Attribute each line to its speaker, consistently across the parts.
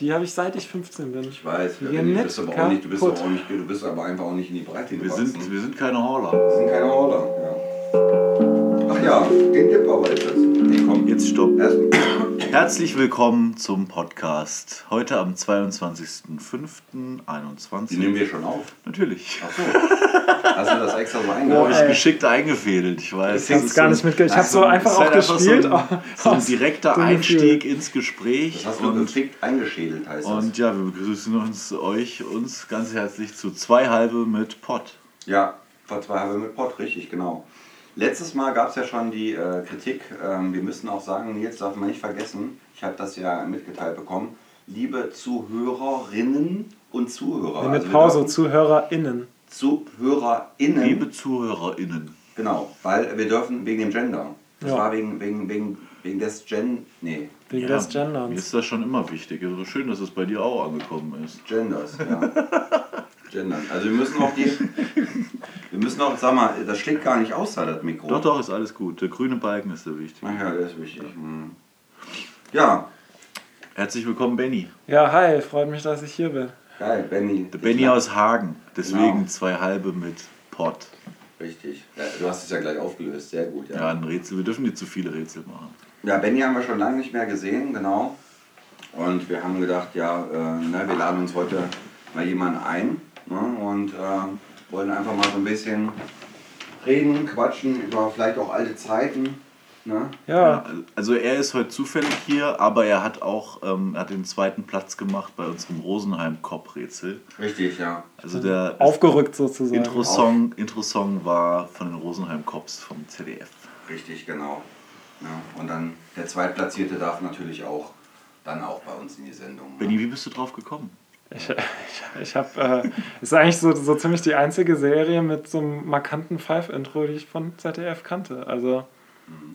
Speaker 1: Die habe ich seit ich 15 bin.
Speaker 2: Ich weiß,
Speaker 1: Wir
Speaker 2: wer bin ich?
Speaker 1: mit
Speaker 2: du bist aber auch nicht, du bist
Speaker 1: kaputt.
Speaker 2: aber auch nicht, du bist aber einfach auch nicht in die Breite
Speaker 3: Wir
Speaker 2: gewachsen.
Speaker 3: sind, wir sind keine Hauler.
Speaker 2: wir sind keine Order, ja. Ach ja, den Dip aber jetzt dazu. Nee, komm.
Speaker 3: Jetzt stopp.
Speaker 2: Erst,
Speaker 3: Herzlich willkommen zum Podcast. Heute am 22.05.21.
Speaker 2: die nehmen wir schon auf.
Speaker 3: Natürlich.
Speaker 2: Achso. Hast du das extra so
Speaker 3: Habe ich
Speaker 2: eingebaut?
Speaker 3: geschickt eingefädelt, ich weiß.
Speaker 1: Ich hab's gar nicht mitgekriegt. Ich habe so
Speaker 3: Das
Speaker 1: einfach
Speaker 3: ist
Speaker 1: auch
Speaker 3: halt einfach
Speaker 1: gespielt.
Speaker 3: So ein, so ein
Speaker 1: aus
Speaker 3: direkter
Speaker 1: dem
Speaker 3: Einstieg
Speaker 1: Gefühl.
Speaker 3: ins Gespräch.
Speaker 2: Das hast du
Speaker 3: Und,
Speaker 2: gefickt eingeschädelt, heißt das.
Speaker 3: und ja, wir begrüßen uns, euch, uns ganz herzlich zu zwei halbe mit Pott.
Speaker 2: Ja, vor zwei Halbe mit Pott, richtig, genau. Letztes Mal gab es ja schon die äh, Kritik. Ähm, wir müssen auch sagen, Nils darf man nicht vergessen, ich habe das ja mitgeteilt bekommen, liebe Zuhörerinnen und Zuhörer.
Speaker 1: Nee,
Speaker 2: also
Speaker 1: mit
Speaker 2: wir
Speaker 1: Pause,
Speaker 2: dürfen
Speaker 1: ZuhörerInnen.
Speaker 2: ZuhörerInnen.
Speaker 3: Liebe ZuhörerInnen.
Speaker 2: Genau, weil wir dürfen wegen dem Gender. Das
Speaker 1: Ja.
Speaker 2: war wegen, wegen, wegen, wegen des Gen... Nee,
Speaker 1: Wegen
Speaker 3: Ja,
Speaker 1: des
Speaker 3: Mir
Speaker 1: Genderns.
Speaker 3: ist das schon immer wichtig. Also schön, dass es bei dir auch angekommen ist.
Speaker 2: Genders, ja. Gendern. Also wir müssen auch die... Wir müssen auch, sag mal, das schlägt gar nicht aus, da, das Mikro.
Speaker 3: Doch, doch, ist alles gut. Der grüne Balken ist der wichtige.
Speaker 2: Ach ja, das ist wichtig. Hm. Ja,
Speaker 3: Herzlich willkommen, Benny.
Speaker 1: Ja, hi, freut mich, dass ich hier bin.
Speaker 2: Geil, Benny.
Speaker 3: Der Benny aus Hagen. Deswegen
Speaker 2: Genau.
Speaker 3: zwei halbe mit Pott.
Speaker 2: Richtig. Ja, du hast es ja gleich aufgelöst. Sehr gut,
Speaker 3: Ja,
Speaker 2: ja.
Speaker 3: ein Rätsel. Wir dürfen nicht zu viele Rätsel machen.
Speaker 2: Ja, Benny haben wir schon lange nicht mehr gesehen, genau. Und wir haben gedacht, ja, äh, ne, wir laden uns heute mal jemanden ein ne, und äh, wollen einfach mal so ein bisschen reden, quatschen über vielleicht auch alte Zeiten. Ne?
Speaker 1: Ja,
Speaker 3: Also er ist heute zufällig hier, aber er hat auch ähm, er hat den zweiten Platz gemacht bei unserem Rosenheim-Kopf-Rätsel.
Speaker 2: Richtig, ja.
Speaker 3: Also der
Speaker 1: aufgerückt sozusagen.
Speaker 3: Intro-Song Intro -Song war von den Rosenheim-Cops vom ZDF.
Speaker 2: Richtig, genau. Ja, und dann der Zweitplatzierte darf natürlich auch dann auch bei uns in die Sendung. ne?
Speaker 3: Benny, wie bist du drauf gekommen?
Speaker 1: Ich, ich, ich habe, äh, ist eigentlich so, so ziemlich die einzige Serie mit so einem markanten Five-Intro, die ich von ZDF kannte. Also,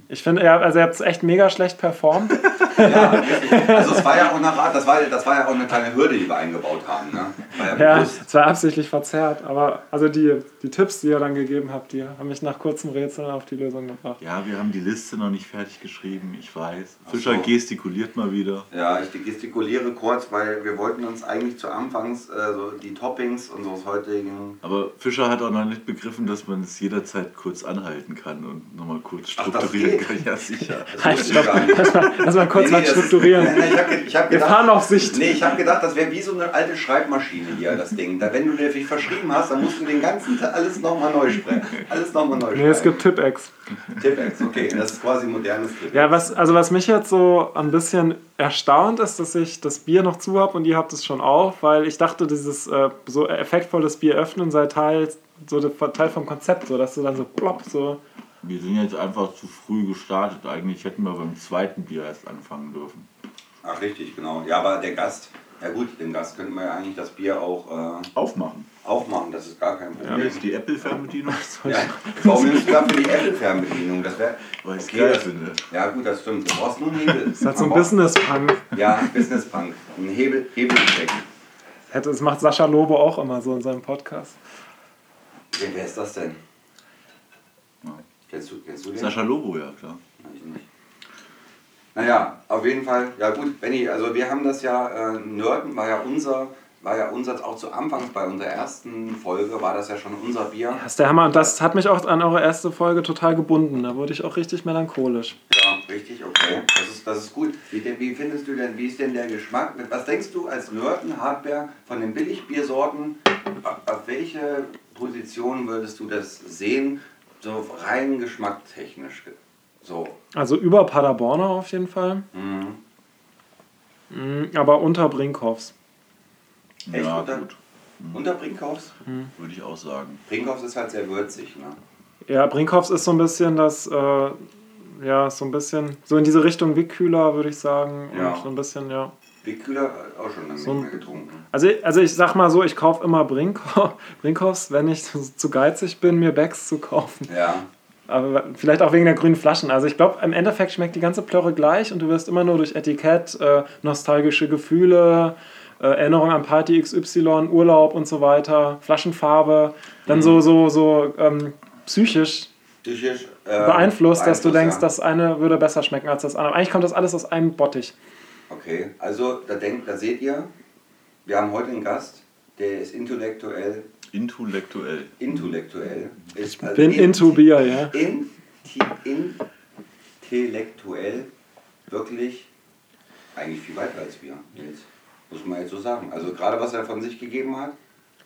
Speaker 1: ich finde, er, also er hat es echt mega schlecht performt.
Speaker 2: Ja, richtig. also es war ja auch eine, Ra- das war, das war ja auch eine kleine Hürde, die wir eingebaut haben. Ne? War ja
Speaker 1: ja,
Speaker 2: bewusst.
Speaker 1: es war absichtlich verzerrt. Aber also die, die Tipps, die ihr dann gegeben habt, die haben mich nach kurzem Rätseln auf die Lösung gebracht.
Speaker 3: Ja, wir haben die Liste noch nicht fertig geschrieben, ich weiß.
Speaker 2: Ach
Speaker 3: Fischer
Speaker 2: so.
Speaker 3: gestikuliert mal wieder.
Speaker 2: Ja, ich gestikuliere kurz, weil wir wollten uns eigentlich zu Anfangs äh, so die Toppings unseres heutigen...
Speaker 3: Aber Fischer hat auch noch nicht begriffen, dass man es jederzeit kurz anhalten kann und nochmal kurz
Speaker 2: Ach, das
Speaker 3: strukturieren
Speaker 2: geht.
Speaker 3: kann. Ja, sicher.
Speaker 2: Das wusste ich gar nicht.
Speaker 1: Lass mal Halt, kurz
Speaker 2: Nee,
Speaker 1: was
Speaker 2: nee, das-
Speaker 1: strukturieren.
Speaker 2: Nein, nein, ich hab ge- ich hab
Speaker 1: Wir
Speaker 2: gedacht-
Speaker 1: fahren auf Sicht.
Speaker 2: Nee, ich habe gedacht, das wäre wie so eine alte Schreibmaschine hier, das Ding. Da, wenn du dir dich verschrieben hast, dann musst du den ganzen Tag alles nochmal neu sprechen. Alles nochmal neu
Speaker 1: Nee, es gibt Tipp-Ex.
Speaker 2: Tippex, okay, das ist quasi modernes Tipp.
Speaker 1: Ja, was, also was mich jetzt so ein bisschen erstaunt ist, dass ich das Bier noch zu habe und ihr habt es schon auch, weil ich dachte, dieses äh, so effektvolles Bier öffnen sei Teil, so der Teil vom Konzept, so dass du dann so plopp, so.
Speaker 3: Wir sind jetzt einfach zu früh gestartet. Eigentlich hätten wir beim zweiten Bier erst anfangen dürfen.
Speaker 2: Ach, richtig, genau. Ja, aber der Gast, ja gut, dem Gast könnten wir ja eigentlich das Bier auch äh,
Speaker 3: Aufmachen.
Speaker 2: aufmachen, das ist gar kein Problem.
Speaker 3: Hier ist die Apple-Fernbedienung.
Speaker 2: Ja, warum nimmst du dafür die Apple-Fernbedienung? Das wäre.
Speaker 3: Weil ich's geil finde.
Speaker 2: Ja, gut, das stimmt. Du brauchst nur einen Hebel.
Speaker 1: Das ist halt so ein Business-Punk.
Speaker 2: Ja, Business Punk. Ein Hebel, Hebelcheck.
Speaker 1: Hätte- Das macht Sascha Lobe auch immer so in seinem Podcast.
Speaker 2: Wer, wer ist das denn?
Speaker 3: Ja.
Speaker 2: Kennst du, kennst du den?
Speaker 3: Sascha Lobo, ja klar.
Speaker 2: Nein, ich nicht. Naja, auf jeden Fall. Ja, gut, Benny, also wir haben das ja. Äh, Nörden war ja unser. War ja unser, auch zu Anfangs bei unserer ersten Folge, war das ja schon unser Bier.
Speaker 1: Das ist der Hammer und das hat mich auch an eure erste Folge total gebunden. Da wurde ich auch richtig melancholisch.
Speaker 2: Ja, richtig, okay. Das ist, das ist gut. Wie, denn, wie findest du denn, wie ist denn der Geschmack? Mit Was denkst du als Nörden Hardware von den Billigbiersorten? Auf auf welche Position würdest du das sehen? So rein geschmacktechnisch. ge- So.
Speaker 1: Also über Paderborner auf jeden Fall,
Speaker 2: Mhm.
Speaker 1: Mm, aber unter Brinkhoffs.
Speaker 2: Echt
Speaker 3: ja,
Speaker 2: unter,
Speaker 3: gut.
Speaker 1: Mhm.
Speaker 2: unter Brinkhoffs?
Speaker 3: Würde ich auch sagen.
Speaker 2: Brinkhoffs ist halt sehr würzig, ne?
Speaker 1: Ja, Brinkhoffs ist so ein bisschen das, äh, ja, so ein bisschen, so in diese Richtung Wickkühler, würde ich sagen.
Speaker 2: Ja.
Speaker 1: Und so ein bisschen, ja.
Speaker 2: Wickkühler auch schon lange
Speaker 1: So
Speaker 2: nicht
Speaker 1: ein-
Speaker 2: mehr getrunken.
Speaker 1: Also, also ich sag mal so, ich kaufe immer Brinkhoff, Brinkhoffs, wenn ich zu geizig bin, mir Bags zu kaufen.
Speaker 2: Ja.
Speaker 1: Aber vielleicht auch wegen der grünen Flaschen. Also ich glaube, im Endeffekt schmeckt die ganze Plörre gleich und du wirst immer nur durch Etikett, äh, nostalgische Gefühle, äh, Erinnerung an Party XY, Urlaub und so weiter, Flaschenfarbe, dann so, so, so ähm, psychisch
Speaker 2: Psychisch, äh,
Speaker 1: beeinflusst, dass du denkst,
Speaker 2: ja.
Speaker 1: das eine würde besser schmecken als das andere. Eigentlich kommt das alles aus einem Bottich.
Speaker 2: Okay, also da denkt, da seht ihr, wir haben heute einen Gast, der ist intellektuell,
Speaker 3: Intellektuell.
Speaker 2: intellektuell. Ist also
Speaker 1: Bin
Speaker 2: in-
Speaker 1: into Bier, ja.
Speaker 2: in, in, intellektuell wirklich eigentlich viel weiter als wir. Jetzt, muss man jetzt so sagen. Also gerade was er von sich gegeben hat,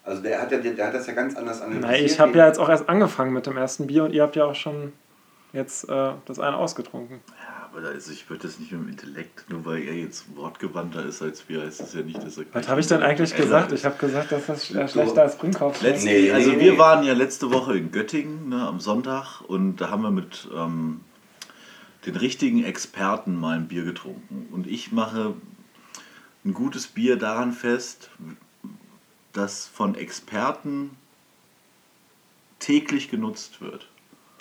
Speaker 2: also der hat ja, der hat das ja ganz anders analysiert.
Speaker 1: Na, ich habe ja jetzt auch erst angefangen mit dem ersten Bier und ihr habt ja auch schon jetzt äh, das eine ausgetrunken.
Speaker 3: Ja, aber da ist, ich würde das nicht mit dem Intellekt, nur weil er jetzt wortgewandter ist als wir, heißt das ja nicht, dass er. Äh,
Speaker 1: Was habe ich denn eigentlich gesagt? Ich habe gesagt, dass das sch- äh, schlechter als Brinkhoff schmeckt.
Speaker 3: Letzten,
Speaker 2: Nee, nee,
Speaker 3: also
Speaker 2: nee.
Speaker 3: wir waren ja letzte Woche in Göttingen ne, am Sonntag und da haben wir mit ähm, den richtigen Experten mal ein Bier getrunken. Und ich mache ein gutes Bier daran fest, das von Experten täglich genutzt wird.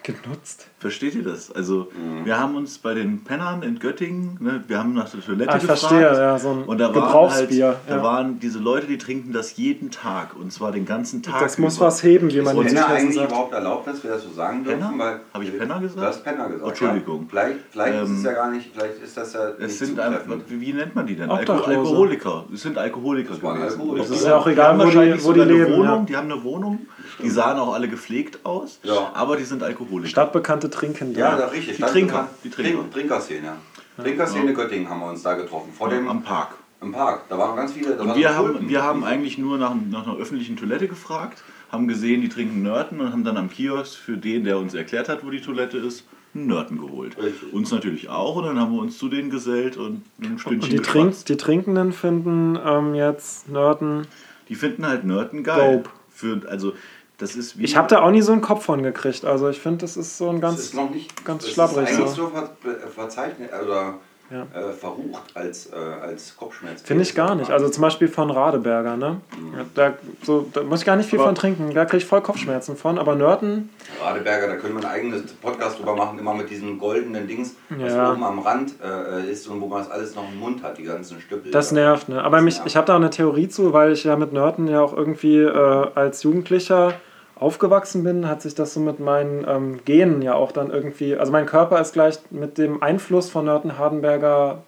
Speaker 1: Genutzt.
Speaker 3: Versteht ihr das? Also
Speaker 2: Mhm.
Speaker 3: wir haben uns bei den Pennern in Göttingen, ne, wir haben nach der Toilette
Speaker 1: Ah, ich
Speaker 3: gefragt.
Speaker 1: verstehe, ja, so ein
Speaker 3: Und da waren, halt,
Speaker 1: Gebrauchsbier.
Speaker 3: da
Speaker 1: ja.
Speaker 3: waren diese Leute, die trinken das jeden Tag und zwar den ganzen
Speaker 2: Ah,
Speaker 3: Tag.
Speaker 1: das muss
Speaker 3: über.
Speaker 1: was heben, wie man
Speaker 2: Ist
Speaker 1: nicht
Speaker 2: Penner
Speaker 1: lassen
Speaker 2: eigentlich
Speaker 1: sagt.
Speaker 2: überhaupt erlaubt, dass wir das so sagen dürfen?
Speaker 3: Penner?
Speaker 2: Weil-
Speaker 3: Hab ich Penner gesagt?
Speaker 2: Du hast Penner gesagt.
Speaker 3: Entschuldigung.
Speaker 2: Ja. Vielleicht, vielleicht ist es
Speaker 3: Ähm,
Speaker 2: ja gar nicht, vielleicht ist das ja nicht
Speaker 3: Es sind einfach,
Speaker 2: zutreffend.
Speaker 3: wie wie nennt man die denn?
Speaker 1: Obdachlose.
Speaker 3: Alkoholiker. Es sind Alkoholiker
Speaker 2: Das waren
Speaker 3: gewesen.
Speaker 2: Alkoholiker.
Speaker 1: Das ist ja auch egal,
Speaker 3: haben
Speaker 1: wo die-
Speaker 3: wahrscheinlich
Speaker 1: wo die
Speaker 3: sogar eine
Speaker 1: leben, ja.
Speaker 3: Wohnung, Die haben eine Wohnung, die sahen auch alle gepflegt aus,
Speaker 2: Ja.
Speaker 3: aber die sind Alkoholiker.
Speaker 1: Stadtbekannte trinken
Speaker 2: Ja,
Speaker 1: da.
Speaker 2: doch, richtig.
Speaker 3: Die
Speaker 2: Das-
Speaker 3: Trinker, die
Speaker 2: Trink-
Speaker 3: Trinker.
Speaker 2: Trinkerszene. Trinkerszene Göttingen haben wir uns da getroffen. Vor dem,
Speaker 3: am Park.
Speaker 2: Im Park. Da waren ganz viele. Da
Speaker 3: Und
Speaker 2: waren
Speaker 3: wir
Speaker 2: so
Speaker 3: haben,
Speaker 2: Tulpen.
Speaker 3: wir haben eigentlich nur nach, nach einer öffentlichen Toilette gefragt, haben gesehen, die trinken Nörten und haben dann am Kiosk für den, der uns erklärt hat, wo die Toilette ist, einen Nörten geholt.
Speaker 2: Richtig.
Speaker 3: Uns natürlich auch und dann haben wir uns zu denen gesellt und ein Stündchen
Speaker 1: Und die,
Speaker 3: gequatscht.
Speaker 1: Trink, die Trinkenden finden ähm, jetzt Nörden.
Speaker 3: Die finden halt Nörten geil.
Speaker 1: Dope.
Speaker 3: Für, also, das ist wie
Speaker 1: Ich habe da auch nie so einen Kopf von gekriegt. Also ich finde, das ist so ein
Speaker 2: Das
Speaker 1: ganz.
Speaker 2: ist noch nicht
Speaker 1: ganz
Speaker 2: das
Speaker 1: schlabbrig,
Speaker 2: Ist eigentlich
Speaker 1: so.
Speaker 2: so ver, be- verzeichnet oder
Speaker 1: Ja.
Speaker 2: äh, verrucht als, äh, als Kopfschmerz.
Speaker 1: Finde ich gar nicht. Also zum Beispiel von Radeberger, ne?
Speaker 2: Mhm.
Speaker 1: Da, so, da muss ich gar nicht viel
Speaker 3: Aber-
Speaker 1: von trinken. Da kriege ich voll Kopfschmerzen von. Aber Nörden,
Speaker 2: Radeberger, da können wir ein eigenes Podcast drüber machen, immer mit diesen goldenen Dings, was
Speaker 1: Ja.
Speaker 2: oben am Rand äh, ist und wo man das alles noch im Mund hat, die ganzen Stüppel.
Speaker 1: das nervt, ne? Aber mich,
Speaker 2: nervt.
Speaker 1: ich habe da auch eine Theorie zu, weil ich ja mit Nörden ja auch irgendwie äh, als Jugendlicher aufgewachsen bin, hat sich das so mit meinen ähm, Genen ja auch dann irgendwie. Also mein Körper ist gleich mit dem Einfluss von Nörden Hardenberger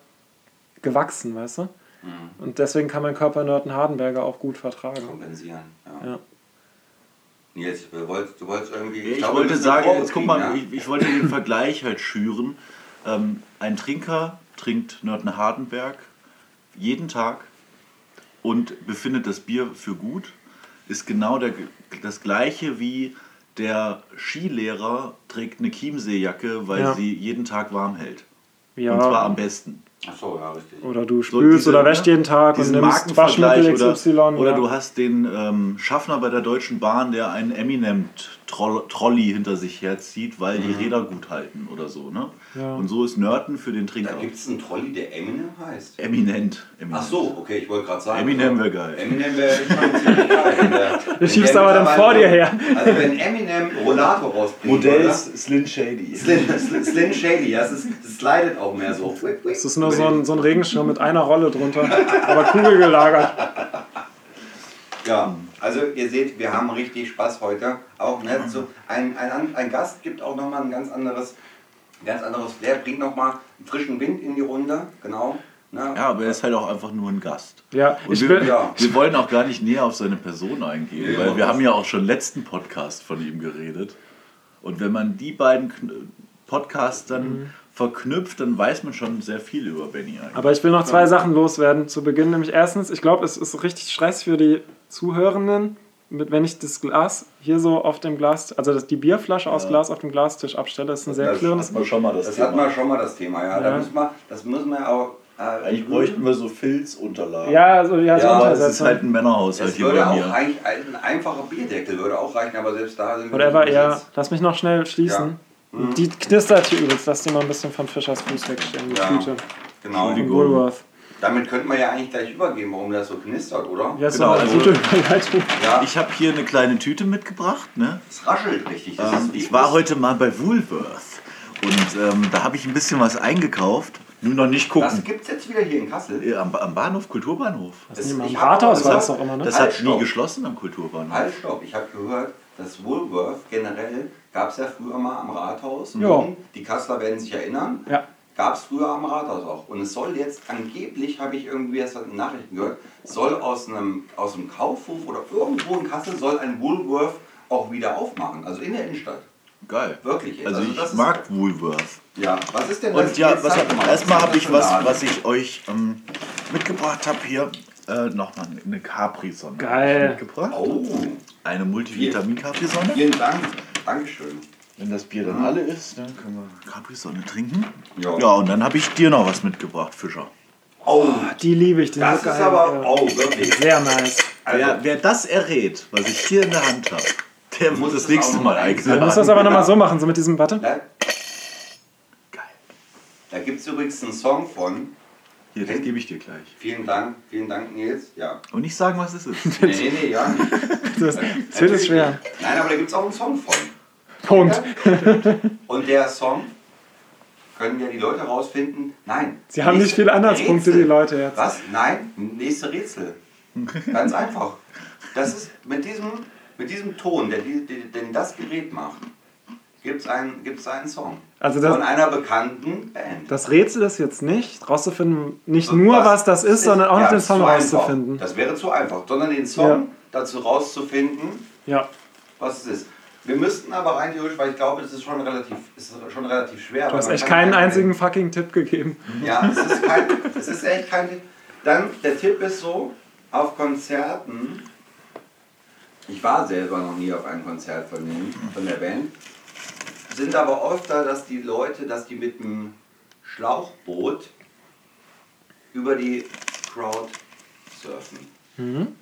Speaker 1: gewachsen, weißt du?
Speaker 3: Mhm.
Speaker 1: Und deswegen kann mein Körper Nörden Hardenberger auch gut vertragen.
Speaker 2: kompensieren. Ja.
Speaker 1: Ja.
Speaker 2: Nils, du wolltest, du wolltest irgendwie.
Speaker 3: Ich,
Speaker 2: glaube, wir
Speaker 3: wollte
Speaker 2: müssen
Speaker 3: sagen,
Speaker 2: eine
Speaker 3: jetzt guck
Speaker 2: Kurve
Speaker 3: mal,
Speaker 2: kriegen,
Speaker 3: ich, ich wollte den Vergleich halt schüren. Ähm, ein Trinker trinkt Nörten Hardenberg jeden Tag und befindet das Bier für gut. Ist genau der, das gleiche wie der Skilehrer trägt eine Chiemseejacke, weil
Speaker 1: Ja.
Speaker 3: sie jeden Tag warm hält.
Speaker 1: Ja.
Speaker 3: Und zwar am besten.
Speaker 2: ja. Achso, ja, richtig.
Speaker 1: Oder du
Speaker 3: So
Speaker 1: spülst
Speaker 3: diese- ne,
Speaker 1: oder wäschst jeden Tag und
Speaker 3: diesen
Speaker 1: nimmst
Speaker 3: Markenvergleich
Speaker 1: Waschmittel
Speaker 3: oder,
Speaker 1: XY.
Speaker 3: oder
Speaker 1: ja.
Speaker 3: du hast den ähm, Schaffner bei der Deutschen Bahn, der einen Eminem-Trolley hinter sich herzieht, weil die Räder gut halten oder so. Ne?
Speaker 1: Mhm. Ja.
Speaker 3: Und so ist Nörten für den
Speaker 2: Da
Speaker 3: Trinker
Speaker 2: gibt es einen Trolley, der Eminem heißt.
Speaker 3: eminent. eminent.
Speaker 2: Ach so, okay, ich wollte gerade sagen.
Speaker 3: Eminem wär geil.
Speaker 2: Eminem wäre ziemlich geil. ne?
Speaker 1: Du schiebst aber dann vor dir her.
Speaker 2: Also wenn Eminem Rollator rausbringt.
Speaker 3: Modell
Speaker 2: oder?
Speaker 3: ist Slim Shady.
Speaker 2: Slim, Slim, Slim Shady, das, ist, das slidet auch mehr so.
Speaker 1: Es ist nur so ein, so ein Regenschirm mit einer Rolle drunter, aber kugelgelagert.
Speaker 2: Ja, also ihr seht, wir haben richtig Spaß heute. Auch ne, so ein, ein, an- ein Gast gibt auch nochmal ein ganz anderes, ganz anderes Flair, bringt nochmal einen frischen Wind in die Runde, genau. Ne?
Speaker 3: Ja, aber er ist halt auch einfach nur ein Gast.
Speaker 1: Ja,
Speaker 3: Und
Speaker 1: ich
Speaker 3: wir,
Speaker 1: bin,
Speaker 2: ja.
Speaker 3: wir wollen auch gar nicht näher auf seine Person eingehen,
Speaker 2: Nee,
Speaker 3: weil wir
Speaker 2: das-
Speaker 3: haben ja auch schon letzten Podcast von ihm geredet. Und wenn man die beiden Kn- Podcasts dann verknüpft, dann weiß man schon sehr viel über Benny eigentlich.
Speaker 1: Mhm. aber ich will noch zwei Sachen loswerden zu Beginn. Nämlich erstens, ich glaube, es ist richtig Stress für die Zuhörenden, mit, wenn ich das Glas hier so auf dem Glas, also das, die Bierflasche aus Glas auf dem Glastisch abstelle. Das ist ein sehr
Speaker 2: Das-
Speaker 1: klirrendes.
Speaker 3: wir schon mal
Speaker 2: Das hat man schon mal das Thema, ja. Da
Speaker 1: Ja.
Speaker 2: müssen wir, das müssen wir auch. äh,
Speaker 3: Eigentlich bräuchten wir so Filzunterlagen.
Speaker 1: Ja, also, ja, so
Speaker 2: Ja,
Speaker 3: aber es ist
Speaker 1: Untersetzung.
Speaker 3: halt ein Männerhaushalt
Speaker 2: Es
Speaker 3: hier
Speaker 2: würde
Speaker 3: bei
Speaker 2: auch
Speaker 3: mir.
Speaker 2: eigentlich ein einfacher Bierdeckel würde auch reichen, aber selbst da sind
Speaker 1: Whatever,
Speaker 2: nicht
Speaker 1: ja.
Speaker 2: besetzt.
Speaker 1: Lass mich noch schnell schließen.
Speaker 2: Mhm.
Speaker 1: Die knistert hier übrigens. Lass dir mal ein bisschen von Fischers Fuß wegstellen, die
Speaker 2: Ja.
Speaker 1: Tüte.
Speaker 2: Genau.
Speaker 1: Von
Speaker 3: Entschuldigung.
Speaker 1: Woolworth.
Speaker 2: Damit könnten wir ja eigentlich gleich übergehen, warum das so knistert, oder?
Speaker 1: Ja, ist
Speaker 3: Genau,
Speaker 1: doch eine
Speaker 3: also-
Speaker 1: gute Überleitung.
Speaker 2: Ja,
Speaker 3: Ich habe hier eine kleine Tüte mitgebracht. Ne?
Speaker 2: es raschelt richtig. Das
Speaker 3: Ähm,
Speaker 2: ist
Speaker 3: ich war heute mal bei Woolworth und ähm, da habe ich ein bisschen was eingekauft. Nur noch nicht
Speaker 2: Das
Speaker 3: gucken.
Speaker 2: gibt's jetzt wieder hier in Kassel.
Speaker 3: Äh, Am, am Bahnhof, Kulturbahnhof.
Speaker 1: Das ist
Speaker 2: ich
Speaker 1: im
Speaker 2: hab-
Speaker 1: Rathaus
Speaker 2: das
Speaker 1: war
Speaker 2: hab-
Speaker 1: das doch immer, ne?
Speaker 3: Das
Speaker 2: Halt,
Speaker 3: hat nie
Speaker 2: stopp.
Speaker 3: geschlossen am Kulturbahnhof.
Speaker 2: Halt, stopp. Ich habe gehört, dass Woolworth generell gab es ja früher mal am Rathaus.
Speaker 1: Ja.
Speaker 2: Die Kasseler werden sich erinnern.
Speaker 1: Ja.
Speaker 2: Gab es früher am Rathaus auch. Und es soll jetzt angeblich, habe ich irgendwie erst in Nachrichten gehört, soll aus einem, aus einem Kaufhof oder irgendwo in Kassel soll ein Woolworth auch wieder aufmachen. Also in der Innenstadt.
Speaker 3: Geil.
Speaker 2: Wirklich. jetzt.
Speaker 3: Also
Speaker 2: das
Speaker 3: ich
Speaker 2: ist-
Speaker 3: mag Woolworth.
Speaker 2: Ja, was ist denn
Speaker 3: Und ja, was,
Speaker 2: Zeig mal,
Speaker 3: erstmal
Speaker 2: was ist
Speaker 3: habe
Speaker 2: das
Speaker 3: ich
Speaker 2: für ein
Speaker 3: was,
Speaker 2: Laden?
Speaker 3: was ich euch ähm, mitgebracht habe hier. Äh, Nochmal eine Capri-Sonne.
Speaker 1: Geil.
Speaker 3: hab ich Mitgebracht.
Speaker 2: Oh,
Speaker 3: Eine Multivitamin-Capri-Sonne.
Speaker 2: vielen Dank. Dankeschön.
Speaker 3: Wenn das Bier
Speaker 2: Mhm.
Speaker 3: dann alle ist, dann können wir Capri-Sonne trinken.
Speaker 2: Ja.
Speaker 3: Ja, und dann habe ich dir noch was mitgebracht, Fischer.
Speaker 2: Oh,
Speaker 1: Die liebe ich. Die
Speaker 2: das
Speaker 1: sind
Speaker 2: ist
Speaker 1: Ah, geil,
Speaker 2: aber,
Speaker 1: ja.
Speaker 2: oh, wirklich.
Speaker 1: Sehr nice.
Speaker 2: Also,
Speaker 3: wer, wer das errät, was ich hier in der Hand habe, der muss das
Speaker 2: es
Speaker 3: nächste
Speaker 2: auch
Speaker 3: Mal
Speaker 2: noch
Speaker 1: Dann
Speaker 3: eingeladen.
Speaker 1: musst du das aber nochmal so machen, so mit diesem, warte.
Speaker 2: Da,
Speaker 3: Geil.
Speaker 2: ne? da gibt es übrigens einen Song von.
Speaker 3: Hier, das gebe ich dir gleich.
Speaker 2: Vielen Dank, vielen Dank, Nils. Ja.
Speaker 3: Und nicht sagen, was es ist.
Speaker 2: Nee, nee, nee, ja. nicht.
Speaker 1: Das, das wird es schwer.
Speaker 2: Nein, aber da gibt es auch einen Song von.
Speaker 1: Punkt.
Speaker 2: Und der Song können ja die Leute rausfinden. Nein.
Speaker 1: Sie haben nicht viele Anhaltspunkte, die Leute jetzt.
Speaker 2: Was? Nein, nächste Rätsel. Ganz einfach. Das ist mit diesem, mit diesem Ton, der, die- die- den das Gerät macht, gibt es einen, gibt's einen Song.
Speaker 1: Also das-
Speaker 2: Von einer bekannten Band.
Speaker 1: Das Rätsel ist jetzt nicht, rauszufinden, nicht
Speaker 2: So,
Speaker 1: nur, was das ist, sondern auch noch
Speaker 2: ja,
Speaker 1: den Song
Speaker 2: zu einfach.
Speaker 1: rauszufinden.
Speaker 2: Das wäre zu einfach, sondern den Song
Speaker 1: Ja.
Speaker 2: dazu rauszufinden,
Speaker 1: Ja.
Speaker 2: was es ist. Wir müssten aber rein theoretisch, weil ich glaube, das ist schon relativ, es ist schon relativ schwer.
Speaker 1: Du hast echt keinen einzigen fucking Tipp gegeben.
Speaker 2: Ja, es ist, kein, es ist echt kein Tipp. Dann, der Tipp ist so, auf Konzerten, ich war selber noch nie auf einem Konzert von, denen, von der Band, sind aber oft da, dass die Leute, dass die mit dem Schlauchboot über die Crowd surfen.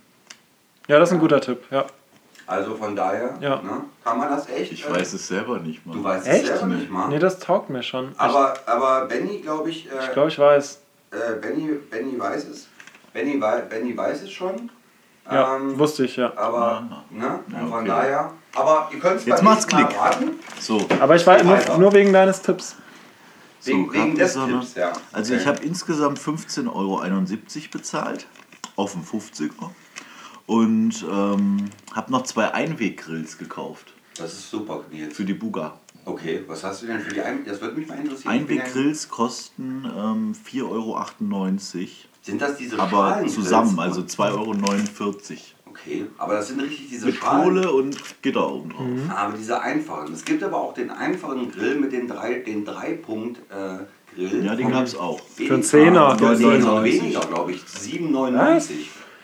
Speaker 1: Ja, das ist ein guter Tipp. Ja.
Speaker 2: Also von daher,
Speaker 1: Ja.
Speaker 2: ne, kann man das echt?
Speaker 3: Ich
Speaker 2: äh,
Speaker 3: weiß es selber nicht, Mann.
Speaker 2: Du weißt
Speaker 1: Echt?
Speaker 2: es selber nicht mal.
Speaker 1: Nee, das taugt mir schon. Ich-
Speaker 2: aber, aber Benny, glaube ich,
Speaker 1: ich
Speaker 2: äh,
Speaker 1: glaube, ich weiß.
Speaker 2: äh, Benny, Benny weiß es. Benny, wei- Benny weiß es schon.
Speaker 1: Ja,
Speaker 2: Ähm,
Speaker 1: wusste ich, ja.
Speaker 2: aber, ne?
Speaker 3: Ja,
Speaker 2: und von
Speaker 3: okay.
Speaker 2: daher. Aber ihr könnt es
Speaker 3: Jetzt
Speaker 2: beim
Speaker 3: macht's
Speaker 2: nächsten Mal
Speaker 3: Klick.
Speaker 2: raten.
Speaker 3: So.
Speaker 1: Aber ich war
Speaker 2: Weiter.
Speaker 1: nur, nur wegen deines Tipps.
Speaker 2: Wegen- wegen des
Speaker 3: Capri-Sonne.
Speaker 2: Tipps, ja.
Speaker 3: Also
Speaker 2: Okay.
Speaker 3: ich habe insgesamt 15,71 Euro bezahlt, auf dem 50er. Und ähm, habe noch zwei Einweggrills gekauft
Speaker 2: Das ist super, Nils.
Speaker 3: für die Buga.
Speaker 2: Okay, was hast du denn für die Ein Das würde mich mal interessieren.
Speaker 3: Einweggrills kosten ähm, 4,98 Euro,
Speaker 2: Sind das diese
Speaker 3: aber
Speaker 2: Schalen-
Speaker 3: zusammen, also 2,49 Euro.
Speaker 2: Okay, aber das sind richtig diese
Speaker 3: Mit
Speaker 2: Schalen.
Speaker 3: Kohle und Gitter oben drauf.
Speaker 1: Mhm.
Speaker 2: Aber diese einfachen. Es gibt aber auch den einfachen Grill mit den drei, den drei Punkt äh, Grill.
Speaker 3: Ja, den
Speaker 2: vom
Speaker 3: gab es auch.
Speaker 2: BDK.
Speaker 1: Für einen Zehner.
Speaker 2: Der
Speaker 3: Für einen
Speaker 2: Zehner
Speaker 3: Zehner.
Speaker 2: weniger, glaube ich. 7,99.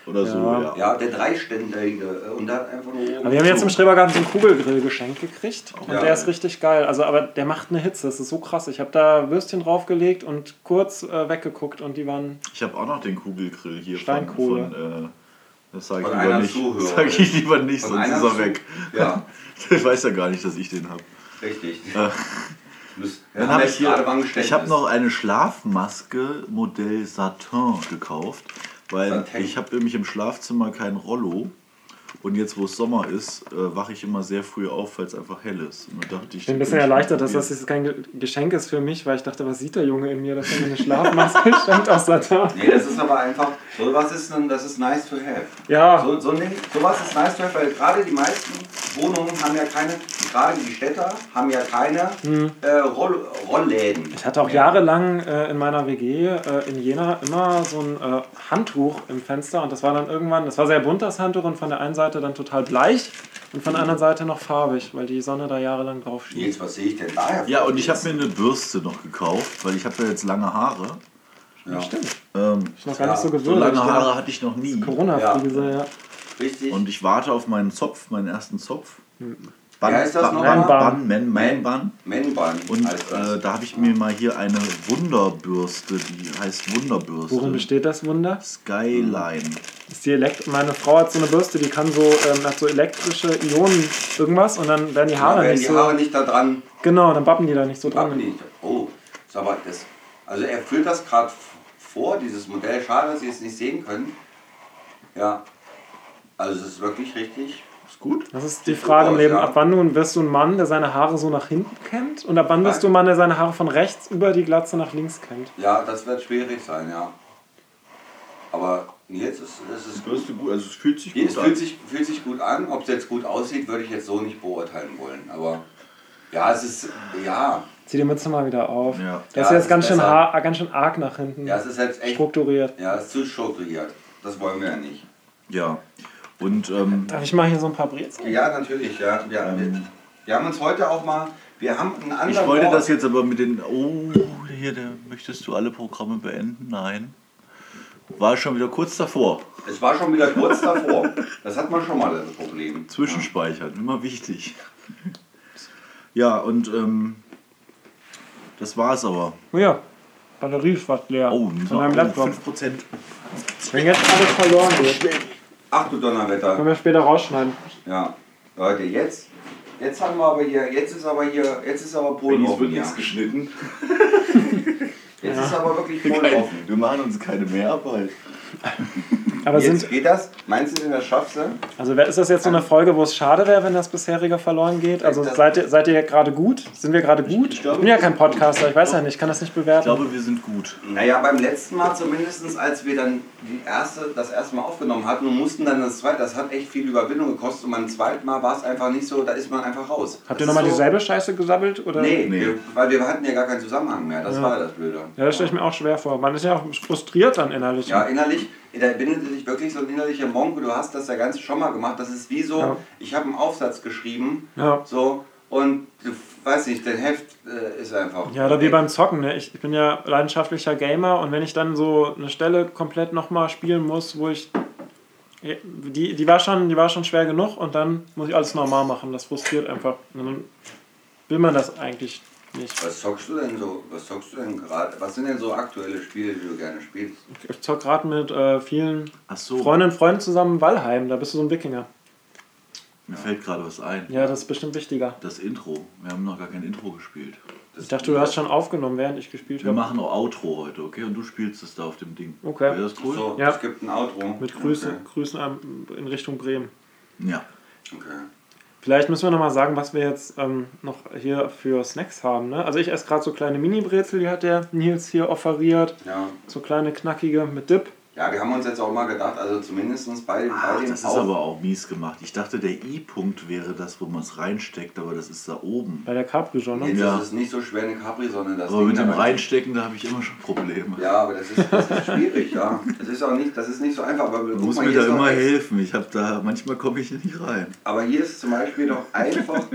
Speaker 3: Oder so,
Speaker 1: Ja.
Speaker 3: ja.
Speaker 2: Ja, der dreiständige. äh, Und dann einfach nur oben.
Speaker 1: Aber wir haben jetzt im Schrebergarten so einen Kugelgrill geschenkt gekriegt und
Speaker 2: Ja.
Speaker 1: der ist richtig geil. Also, aber der macht eine Hitze, das ist so krass. Ich habe da Würstchen draufgelegt und kurz äh, weggeguckt und die waren.
Speaker 3: Ich habe auch noch den Kugelgrill hier
Speaker 1: Steinkohle.
Speaker 3: von... von äh, das sage ich,
Speaker 2: Von
Speaker 3: lieber
Speaker 2: einer
Speaker 3: nicht.
Speaker 2: Zuhörerin.
Speaker 3: Sag ich lieber nicht,
Speaker 2: Von
Speaker 3: sonst
Speaker 2: einer
Speaker 3: ist er
Speaker 2: zu-
Speaker 3: weg.
Speaker 2: Ja,
Speaker 3: Ich weiß ja gar nicht, dass ich den habe.
Speaker 2: richtig. Müsst-
Speaker 3: Dann
Speaker 2: haben
Speaker 3: habe
Speaker 2: wir
Speaker 3: ich hier,
Speaker 2: gerade beim Geständnis.
Speaker 3: ich habe noch eine Schlafmaske Modell Satin gekauft, weil
Speaker 2: Satin.
Speaker 3: ich habe nämlich im Schlafzimmer kein Rollo und jetzt, wo es Sommer ist, äh, wache ich immer sehr früh auf, weil es einfach hell ist. Und da dachte ich,
Speaker 1: Ich bin ein bisschen erleichtert, dass das jetzt kein Ge- Geschenk ist für mich, weil ich dachte, was sieht der Junge in mir, dass er mir eine Schlafmaske schenkt aus Satin?
Speaker 2: Nee, das ist aber einfach. So was ist ein, das ist nice to have.
Speaker 1: Ja,
Speaker 2: So, so, ne- so was ist nice to have, weil gerade die meisten Wohnungen haben ja keine, gerade die Städter haben ja keine äh, Roll, Rollläden.
Speaker 1: Ich hatte Hm. auch jahrelang äh, in meiner WG äh, in Jena immer so ein äh, Handtuch im Fenster und das war dann irgendwann, das war sehr bunt das Handtuch und von der einen Seite dann total bleich und von der anderen Seite noch farbig, weil die Sonne da jahrelang drauf schien.
Speaker 2: Jetzt, was sehe ich denn daher?
Speaker 3: Ja, und ich habe mir eine Bürste noch gekauft, weil ich habe ja jetzt lange Haare.
Speaker 2: Ja,
Speaker 3: Ähm,
Speaker 1: Ich noch gar
Speaker 2: Ja,
Speaker 1: nicht so
Speaker 3: so
Speaker 1: gewöhnt.
Speaker 3: lange Haare hatte ich noch nie.
Speaker 1: Corona-Krise, ja.
Speaker 2: richtig.
Speaker 3: Und ich warte auf meinen Zopf, meinen ersten Zopf.
Speaker 1: Hm.
Speaker 3: Bann,
Speaker 2: Wie heißt das
Speaker 3: Bann,
Speaker 2: nochmal?
Speaker 3: Bann, Bann, Man, Man, Bann.
Speaker 2: Männbahn.
Speaker 3: Und
Speaker 2: heißt das.
Speaker 3: äh, da habe ich mir mal hier eine Wunderbürste, die heißt Wunderbürste.
Speaker 1: Worin besteht das Wunder?
Speaker 3: Skyline.
Speaker 1: Ist die Elekt meine Frau hat so eine Bürste, die kann so, ähm, hat so elektrische Ionen irgendwas und dann werden die
Speaker 2: Da
Speaker 1: Haare
Speaker 2: werden
Speaker 1: nicht
Speaker 2: die
Speaker 1: so.
Speaker 2: Haare nicht da dran
Speaker 1: Genau, dann bappen die da nicht so
Speaker 2: Backen
Speaker 1: dran.
Speaker 2: nicht. Oh, ist aber das. Also er führt das gerade f- vor, dieses Modell. Schade, dass Sie es nicht sehen können. Ja. Also es ist wirklich richtig.
Speaker 3: Ist gut?
Speaker 1: Das ist die
Speaker 2: Sieht gut
Speaker 1: Frage im
Speaker 2: aus,
Speaker 1: Leben.
Speaker 2: ja.
Speaker 1: Ab wann nun wirst du ein Mann, der seine Haare so nach hinten kämmt? Und ab wann wirst du ein Mann, der seine Haare von rechts über die Glatze nach links kämmt?
Speaker 2: Ja, das wird schwierig sein, ja. Aber jetzt ist es ist gut.
Speaker 3: Bürste gut, also es fühlt sich
Speaker 2: Es fühlt sich, fühlt sich gut an. Ob es jetzt gut aussieht, würde ich jetzt so nicht beurteilen wollen. Aber ja, es ist. Ja.
Speaker 1: Zieh die Mütze mal wieder auf.
Speaker 3: Ja.
Speaker 1: Das ist
Speaker 2: Ja,
Speaker 1: jetzt
Speaker 2: ist
Speaker 1: ganz schön,
Speaker 2: besser.
Speaker 1: har- ganz schön arg nach hinten
Speaker 2: Ja, es ist jetzt echt.
Speaker 1: strukturiert.
Speaker 2: Ja, es ist zu strukturiert. Das wollen wir ja nicht.
Speaker 3: Ja. Und ähm,
Speaker 1: Darf ich mal hier so ein paar Brezeln?
Speaker 2: Ja, natürlich, ja. Wir, wir, wir haben uns heute auch mal. Wir haben einen anderen.
Speaker 3: ich wollte
Speaker 2: Ort.
Speaker 3: das jetzt aber mit den. Oh, hier, der, möchtest du alle Programme beenden? Nein. War schon wieder kurz davor.
Speaker 2: Es war schon wieder kurz davor. Das hat man schon mal das Problem.
Speaker 3: Zwischenspeichern, immer wichtig. Ja, und ähm, das war's aber.
Speaker 1: Oh ja, Batterie ist fast leer.
Speaker 3: Oh,
Speaker 1: Von meinem Laptop.
Speaker 3: 5%.
Speaker 1: Wenn jetzt alles verloren geht,
Speaker 2: Ach du Donnerwetter.
Speaker 1: können wir später rausschneiden.
Speaker 2: Ja. Leute, jetzt. Jetzt haben wir aber hier. Jetzt ist aber hier. Jetzt ist aber Polen
Speaker 3: Jetzt
Speaker 2: offen.
Speaker 3: wird
Speaker 2: Ja.
Speaker 3: nichts geschnitten.
Speaker 2: Jetzt ist aber wirklich Polen
Speaker 3: Kein,
Speaker 2: offen.
Speaker 3: wir machen uns keine Mehrarbeit.
Speaker 1: Aber
Speaker 2: Jetzt
Speaker 1: sind,
Speaker 2: geht das. Meinst du, denn das schaffst du?
Speaker 1: also wer- ist das jetzt so eine Folge, wo es schade wäre, wenn das bisherige verloren geht? Also
Speaker 2: Das-
Speaker 1: seid ihr, seid ihr gerade gut? Sind wir gerade gut? Ich,
Speaker 2: glaube,
Speaker 1: bin ja
Speaker 2: wir
Speaker 1: kein
Speaker 2: sind gut.
Speaker 1: Podcaster, ich weiß ja nicht, ich kann das nicht
Speaker 3: Ich
Speaker 1: bewerten.
Speaker 3: glaube, wir sind gut.
Speaker 2: Naja, beim letzten Mal zumindest, als wir dann die erste, das erste Mal aufgenommen hatten und mussten dann das zweite, das hat echt viel Überwindung gekostet und beim zweiten Mal war es einfach nicht so, da ist man einfach raus.
Speaker 1: Habt
Speaker 2: Das
Speaker 1: ihr nochmal
Speaker 2: ist so,
Speaker 1: dieselbe Scheiße gesammelt? Oder?
Speaker 2: Nee,
Speaker 3: Nee.
Speaker 2: Wir, weil wir hatten ja gar keinen Zusammenhang mehr, das war ja das Blöde.
Speaker 1: Ja, das stelle ich mir auch schwer vor. Man ist ja auch frustriert dann innerlich.
Speaker 2: Ja, innerlich, da bindet sich wirklich so ein innerlicher Monk, du hast das ja ganz schon mal gemacht, das ist wie so,
Speaker 1: Ja.
Speaker 2: ich habe einen Aufsatz geschrieben,
Speaker 1: Ja.
Speaker 2: so, und du weiß nicht, dein Heft äh, ist einfach.
Speaker 1: Ja, oder wie beim Zocken. Ne? Ich, ich bin ja leidenschaftlicher Gamer und wenn ich dann so eine Stelle komplett nochmal spielen muss, wo ich. Die, die, war schon, die war schon schwer genug und dann muss ich alles normal machen. Das frustriert einfach. Und dann will man das eigentlich nicht.
Speaker 2: Was zockst du denn so? Was zockst du denn gerade? Was sind denn so aktuelle Spiele, die du gerne spielst?
Speaker 1: Ich zock gerade mit äh, vielen
Speaker 3: Ach so,
Speaker 1: Freundinnen und Freunden zusammen Wallheim. Da bist du so ein Wikinger.
Speaker 3: mir fällt gerade was ein.
Speaker 1: Ja, das ist bestimmt wichtiger.
Speaker 3: Das Intro. Wir haben noch gar kein Intro gespielt.
Speaker 1: Ich dachte, du hast schon aufgenommen, während ich gespielt
Speaker 3: Wir
Speaker 1: habe.
Speaker 3: machen auch Outro heute, okay? Und du spielst es da auf dem Ding.
Speaker 1: Okay.
Speaker 3: Wäre das cool?
Speaker 2: So,
Speaker 1: Ja.
Speaker 2: es gibt ein Outro.
Speaker 1: Mit Grüßen,
Speaker 2: Okay.
Speaker 1: Grüßen an- in Richtung Bremen.
Speaker 3: Ja.
Speaker 2: okay.
Speaker 1: Vielleicht müssen wir nochmal sagen, was wir jetzt ähm, noch hier für Snacks haben. Ne? Also ich esse gerade so kleine Mini-Brezel, die hat der Nils hier offeriert.
Speaker 2: Ja.
Speaker 1: So kleine knackige mit Dip.
Speaker 2: ja, wir haben uns jetzt auch mal gedacht, also zumindest bei,
Speaker 3: Ach,
Speaker 2: bei dem
Speaker 3: Ah, das ist
Speaker 2: Auf-
Speaker 3: aber auch mies gemacht. Ich dachte, der I-Punkt wäre das, wo man es reinsteckt, aber das ist da oben.
Speaker 1: Bei der Capri-Jean, ne?
Speaker 2: Jetzt
Speaker 3: Ja.
Speaker 2: ist es nicht so schwer eine Capri, sondern das
Speaker 3: Aber mit
Speaker 2: Ding
Speaker 3: dem
Speaker 2: dabei-
Speaker 3: Reinstecken, da habe ich immer schon Probleme.
Speaker 2: Ja, aber das ist, das ist schwierig, ja. Das ist auch nicht, das ist nicht so einfach. Aber
Speaker 3: Du
Speaker 2: guck
Speaker 3: musst
Speaker 2: mal,
Speaker 3: mir
Speaker 2: hier
Speaker 3: da
Speaker 2: ist doch
Speaker 3: immer
Speaker 2: eins.
Speaker 3: helfen. Ich habe da, manchmal komme ich hier nicht rein.
Speaker 2: Aber hier ist zum Beispiel noch einfach